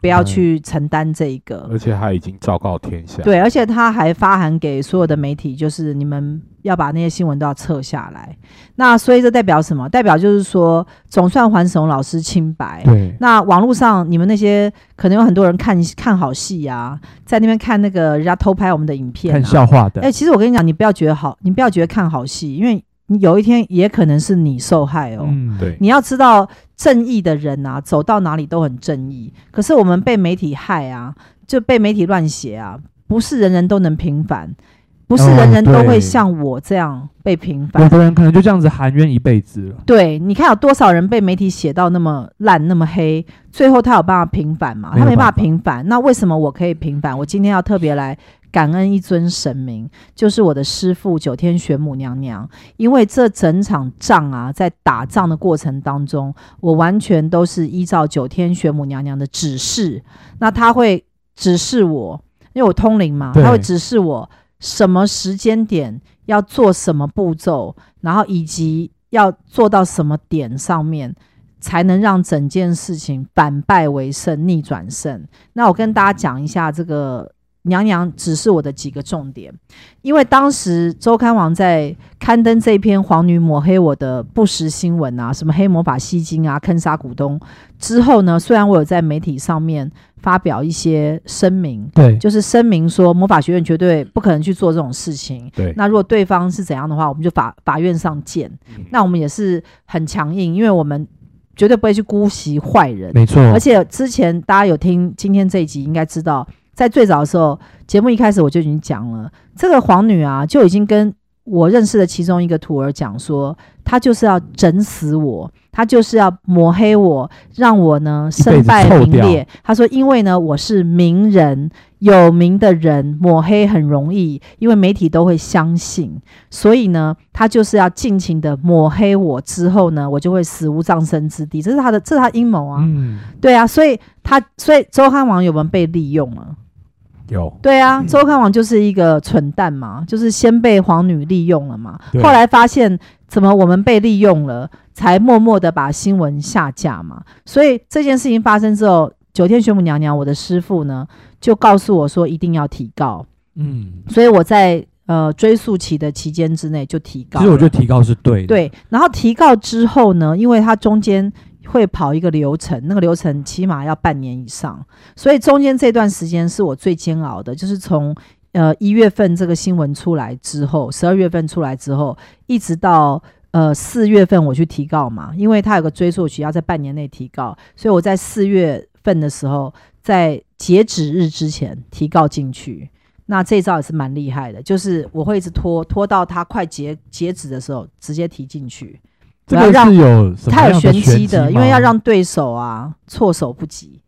S1: 不要
S2: 嗯呃啊
S1: 去承担这一个。
S3: 而且他已经昭告天
S1: 嗯
S3: 下。，
S1: 对，而且他还发函给所有的媒体，就是你们要把那些新闻都要撤下来。那所以这代表什么？代表就是说，总算还沈宏老师清白。
S2: 对
S1: 那网络上你们那些可能有很多人看看好戏啊，在那边看那个人家偷拍我们的影片、啊，
S2: 看笑话
S1: 哎、
S2: 的，
S1: 其实我跟你讲，你不要觉得好，你不要觉得看好戏，因为你有一天也可能是你受害哦。
S2: 嗯，
S3: 对，
S1: 你要知道，正义的人啊，走到哪里都很正义。可是我们被媒体害啊，就被媒体乱写啊，不是人人都能平反，不是人人
S2: 哦
S1: 都
S2: 对
S1: 会像我这样被平反。
S2: 有的人可能就这样子含冤一辈子了，
S1: 对，你看有多少人被媒体写到那么烂、那么黑，最后他有办法平反吗？
S2: 没有
S1: 他没办法
S2: 办法
S1: 平反。那为什么我可以平反？我今天要特别来感恩一尊神明，就是我的师父九天玄母娘娘，因为这整场仗啊，在打仗的过程当中，我完全都是依照九天玄母娘娘的指示，那她会指示我，因为我通灵嘛，
S2: 对
S1: 她会指示我什么时间点要做什么步骤，然后以及要做到什么点上面，才能让整件事情反败为胜、逆转胜。那我跟大家讲一下这个娘娘指示我的几个重点，因为当时周刊王在刊登这篇黄女抹黑我的不实新闻啊，什么黑魔法吸金啊、坑杀股东之后呢，虽然我有在媒体上面发表一些声明，
S2: 对，
S1: 就是声明说魔法学院绝对不可能去做这种事情。
S3: 对
S1: 那如果对方是怎样的话，我们就法法院上见。
S3: 嗯
S1: 那我们也是很强硬，因为我们绝对不会去姑息坏人。
S2: 没错，
S1: 而且之前大家有听今天这一集，应该知道，在最早的时候，节目一开始我就已经讲了，这个皇女啊，就已经跟我认识的其中一个徒儿讲说，她就是要整死我，她就是要抹黑我，让我呢
S2: 一辈
S1: 身
S2: 子
S1: 败
S2: 臭
S1: 名
S2: 掉
S1: 裂。她说，因为呢我是名人，有名的人抹黑很容易，因为媒体都会相信，所以呢，她就是要尽情的抹黑我，之后呢，我就会死无葬身之地。这是她的，这是她阴谋啊。
S2: 嗯，
S1: 对啊，所以他所以周刊王有没有被利用了？
S3: 有
S1: 对啊，
S2: 嗯
S1: 周刊王就是一个蠢蛋嘛，就是先被皇女利用了嘛，
S2: 对啊
S1: 后来发现怎么我们被利用了，才默默的把新闻下架嘛。所以这件事情发生之后，九天玄母娘娘，我的师傅呢，就告诉我说一定要提告，
S2: 嗯，
S1: 所以我在呃追溯期的期间之内就提告
S2: 其
S1: 了。
S2: 实我觉得提高是对的，，
S1: 对，然后提告之后呢，因为它中间会跑一个流程，那个流程起码要半年以上，所以中间这段时间是我最煎熬的，就是从呃一月份这个新闻出来之后，十二月份出来之后，一直到。呃，四月份我去提告嘛，因为它有个追溯期，要在半年内提告，所以我在四月份的时候，在截止日之前提告进去。那这一招也是蛮厉害的，就是我会一直拖拖到它快截截止的时候，直接提进去。
S2: 这
S1: 我要
S2: 个
S1: 让
S2: 是有什么
S1: 它有
S2: 样
S1: 玄
S2: 玄
S1: 机的，因为要
S2: 吗
S1: 让对手啊措手不及，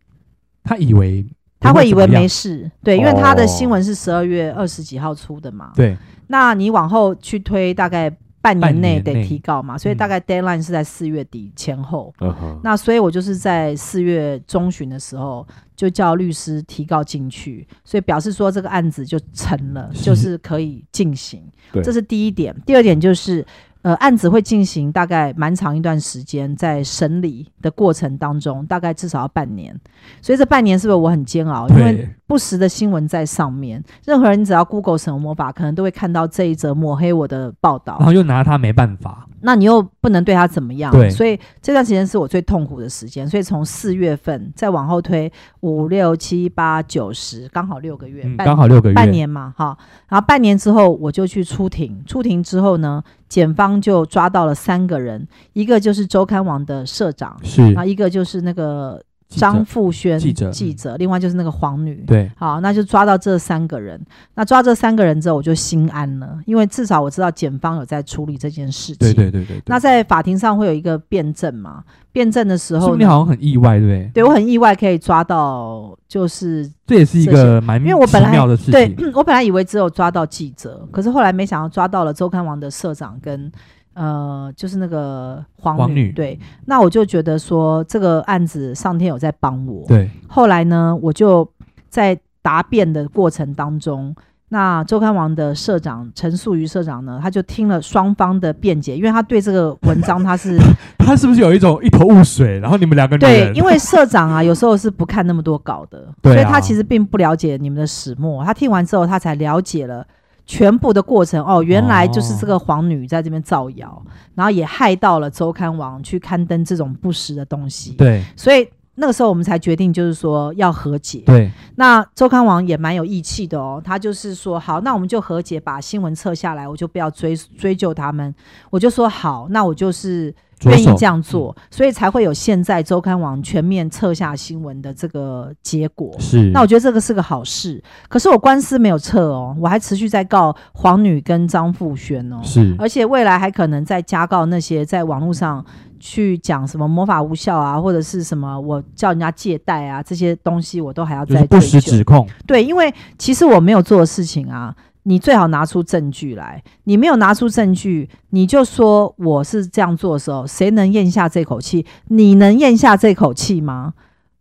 S2: 他以为
S1: 他
S2: 不
S1: 会以为
S2: 怎
S1: 没
S2: 么样哦
S1: 事。对，因为他的新
S3: 哦
S1: 闻是十二月二十几号出的嘛，
S2: 对，
S1: 那你往后去推，大概半
S2: 半
S1: 年内
S2: 年
S1: 得
S2: 内
S1: 提告嘛，所以大
S2: 嗯
S1: 概 deadline 是在四月底前后。
S3: 嗯哼，
S1: 那所以我就是在四月中旬的时候就叫律师提告进去，所以表示说这个案子就成了，
S2: 是
S1: 就是可以进行。
S3: 对
S1: 这是第一点。第二点就是，呃，案子会进行大概蛮长一段时间，在审理的过程当中，大概至少要半年。所以这半年是不是我很煎熬？因为
S2: 对，
S1: 不时的新闻在上面，任何人只要 Google 神魔法，可能都会看到这一则抹黑我的报道
S2: 然。后又拿他没办法，
S1: 那你又不能对他怎么样，
S2: 对
S1: 所以这段时间是我最痛苦的时间。所以从四月份再往后推五六七八九十，刚好六个月，
S2: 嗯，
S1: 半
S2: 刚好六个月，
S1: 半年嘛，哈。然后半年之后我就去出庭，出庭之后呢，检方就抓到了三个人，一个就是周刊网的社长，
S2: 是
S1: 然后一个就是那个
S2: 记者
S1: 张富轩
S2: 记者
S1: 记者，另外就是那个黄女，
S2: 对，
S1: 好，那就抓到这三个人。那抓这三个人之后，我就心安了，因为至少我知道检方有在处理这件事情。
S2: 对对对对对。
S1: 那在法庭上会有一个辩证嘛？辩证的时
S2: 说
S1: 候
S2: 明你
S1: 呢，
S2: 好像很意外，对不对？
S1: 对我很意外可以抓到，就是
S2: 这也是一
S1: 这些
S2: 个蛮
S1: 因为我本来
S2: 奇妙的事
S1: 对
S2: 情，
S1: 我本来以为只有抓到记者，可是后来没想到抓到了周刊网的社长跟呃，就是那个黄女。
S2: 黄女
S1: 对，那我就觉得说这个案子上天有在帮我。
S2: 对
S1: 后来呢，我就在答辩的过程当中，那周刊网的社长陈素瑜社长呢，他就听了双方的辩解，因为他对这个文章他是
S2: 他是不是有一种一头雾水？然后你们两个女
S1: 对，
S2: 人，
S1: 因为社长啊有时候是不看那么多稿的，
S2: 对啊
S1: 所以他其实并不了解你们的始末，他听完之后他才了解了。全部的过程哦，原来就是这个皇女在这边造谣，
S2: 哦
S1: 然后也害到了周刊网去刊登这种不实的东西。
S2: 对
S1: 所以那个时候我们才决定，就是说要和解。
S2: 对
S1: 那周刊王也蛮有义气的哦，他就是说好，那我们就和解，把新闻撤下来，我就不要追追究他们，我就说好，那我就是
S2: 着
S1: 愿意
S2: 手嗯
S1: 这样做，所以才会有现在周刊王全面撤下新闻的这个结果。
S2: 是，
S1: 那我觉得这个是个好事，可是我官司没有撤哦，我还持续在告黄女跟张富轩哦。
S2: 是
S1: 而且未来还可能再加告那些在网络上去讲什么魔法无效啊，或者是什么我叫人家借贷啊这些东西，我都还要
S2: 就是
S1: 再
S2: 不
S1: 追
S2: 实
S1: 究。
S2: 指控，
S1: 对，因为其实我没有做的事情啊，你最好拿出证据来。你没有拿出证据，你就说我是这样做的时候，谁能咽下这口气？你能咽下这口气吗？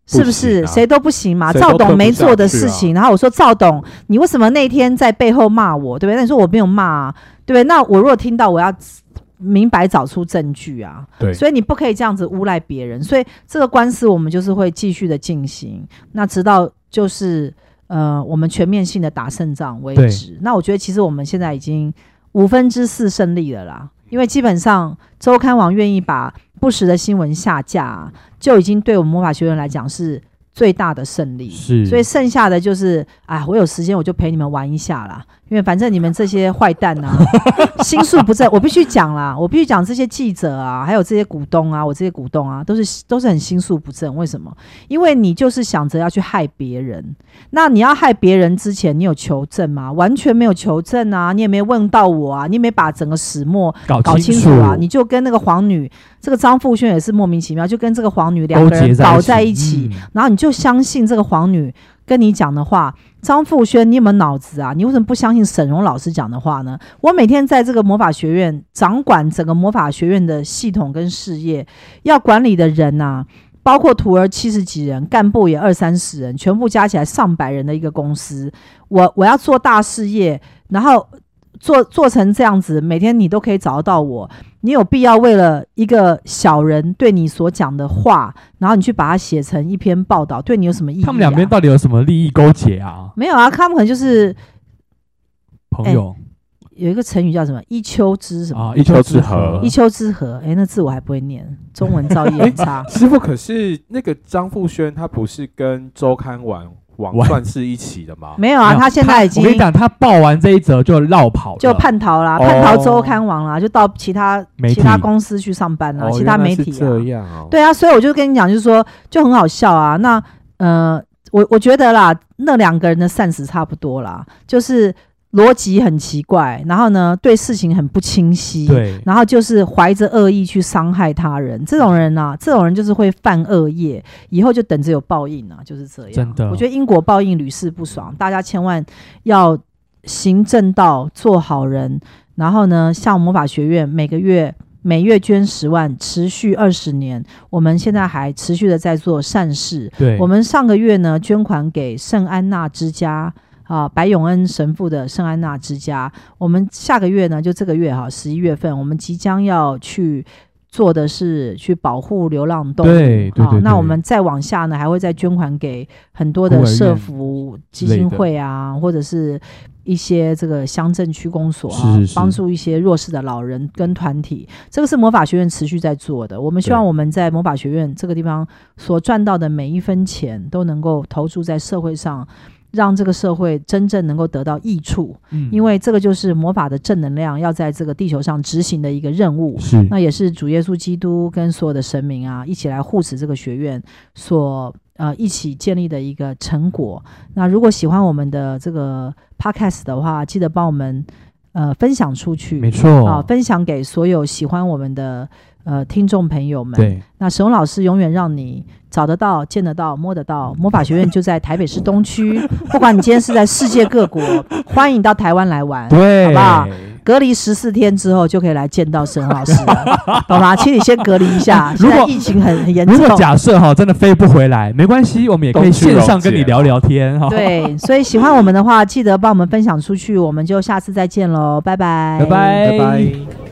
S3: 不
S1: 是不是
S3: 行啊
S1: 谁都不行嘛？
S3: 谁都
S1: 赵
S3: 吞
S1: 董
S3: 不
S1: 没
S3: 下
S1: 做的
S3: 去
S1: 事
S3: 啊
S1: 情，然后我说赵董，你为什么那天在背后骂我，对不对？那你说我没有骂、啊，对不对？那我如果听到，我要明白找出证据啊。
S3: 对
S1: 所以你不可以这样子诬赖别人。所以这个官司我们就是会继续的进行，那直到就是呃我们全面性的打胜仗为
S2: 对
S1: 止。那我觉得其实我们现在已经五分之四胜利了啦，因为基本上周刊网愿意把不实的新闻下架啊、就已经对我们魔法学院来讲是最大的胜利。
S2: 是，
S1: 嗯所以剩下的就是，哎，我有时间我就陪你们玩一下啦，因为反正你们这些坏蛋啊， 心术不正，我必须讲啦，我必须讲这些记者啊，还有这些股东啊，我这些股东啊，都是都是很心术不正。为什么？因为你就是想着要去害别人，那你要害别人之前，你有求证吗？完全没有求证啊，你也没问到我啊，你也没把整个始末
S2: 搞
S1: 搞
S2: 清
S1: 清楚啊，你就跟那个皇女，这个张富轩也是莫名其妙，就跟这个皇女两
S2: 都
S1: 个
S2: 结
S1: 人搞在
S2: 在
S1: 一起。啊
S2: 嗯
S1: 然后你就相信这个皇女跟你讲的话。张富轩，你有没有脑子啊？你为什么不相信沈荣老师讲的话呢？我每天在这个魔法学院掌管整个魔法学院的系统跟事业，要管理的人呐、包括徒儿七十几人，干部也二三十人，全部加起来上百人的一个公司，我我要做大事业，然后做做成这样子，每天你都可以找得到我，你有必要为了一个小人对你所讲的话，然后你去把它写成一篇报道，对你有什么意义、啊？
S2: 他们两边到底有什么利益勾结啊？
S1: 没有啊，他们可能就是
S2: 朋友啊
S1: 有一个成语叫什么“一丘之”哎什么。
S2: 啊，一丘
S3: 丘
S2: 之
S3: 之
S2: 貉
S3: 貉。
S1: 一。丘之貉，哎、那字我还不会念，中文造诣很差
S3: 师傅，可是那个张富轩他不是跟周刊网网
S2: 玩
S3: 算是一起的吗？
S1: 没有啊，
S2: 没有
S1: 他现在已
S2: 我跟你
S1: 经
S2: 讲，他报完这一则就绕跑了，
S1: 就叛逃啦，
S3: 哦
S1: 叛逃周刊网啦，就到其他
S2: 媒体
S1: 其他公司去上班啦，
S3: 哦，
S1: 其他
S3: 原来
S1: 媒
S3: 是
S1: 体啊
S3: 这。样哦。
S1: 对啊，所以我就跟你讲，就是说就很好笑啊。那呃，我我觉得啦，那两个人的膳食差不多啦，就是逻辑很奇怪，然后呢，对事情很不清晰。
S2: 对，
S1: 然后就是怀着恶意去伤害他人，这种人
S2: 嗯
S1: 啊，这种人就是会犯恶业，以后就等着有报应啊，就是这样。
S2: 真的
S1: 我觉得因果报应屡试不爽，大家千万要行正道，做好人。然后呢，像魔法学院每个月每月捐十万，持续二十年，我们现在还持续的在做善事。
S2: 对，
S1: 我们上个月呢捐款给圣安娜之家啊，白永恩神父的圣安娜之家。我们下个月呢，就这个月哈，十一月份，我们即将要去。做的是去保护流浪动物，
S2: 对对
S1: 啊
S2: 对
S1: 那
S2: 对
S1: 我们再往下呢，还会再捐款给很多
S2: 孤
S1: 的
S2: 儿院
S1: 社福基
S2: 类
S1: 金
S2: 的
S1: 会啊，或者是一些这个乡镇区公所啊，
S2: 是是是
S1: 帮助一些弱势的老人跟团体。这个是魔法学院持续在做的。我们希望
S3: 对
S1: 我们在魔法学院这个地方所赚到的每一分钱都能够投注在社会上，让这个社会真正能够得到益处。
S2: 嗯
S1: 因为这个就是魔法的正能量要在这个地球上执行的一个任务。
S2: 是
S1: 那也是主耶稣基督跟所有的神明啊，一起来护持这个学院所呃一起建立的一个成果。那如果喜欢我们的这个 podcast 的话，记得帮我们呃分享出
S2: 没
S1: 去啊、
S2: 错，
S1: 分享给所有喜欢我们的呃听众朋友们。
S2: 对，
S1: 那沈老师永远让你找得到、见得到、摸得 到。魔法学院就在台北市 东区，不管你今天是在世界各国，欢迎到台湾来玩。
S2: 对，
S1: 啊好不好隔离十四天之后就可以来见到沈老师了， 懂吗？请你先隔离一下，
S2: 如
S1: 现在
S2: 果
S1: 疫情很很严
S2: 如
S1: 重
S2: 果。假设哈真的飞不回来，没关系，我们也可以线上跟你聊聊天哈。，
S1: 对，所以喜欢我们的话，记得帮我们分享出去，我们就下次再见喽，拜拜，
S2: 拜拜
S4: 拜拜。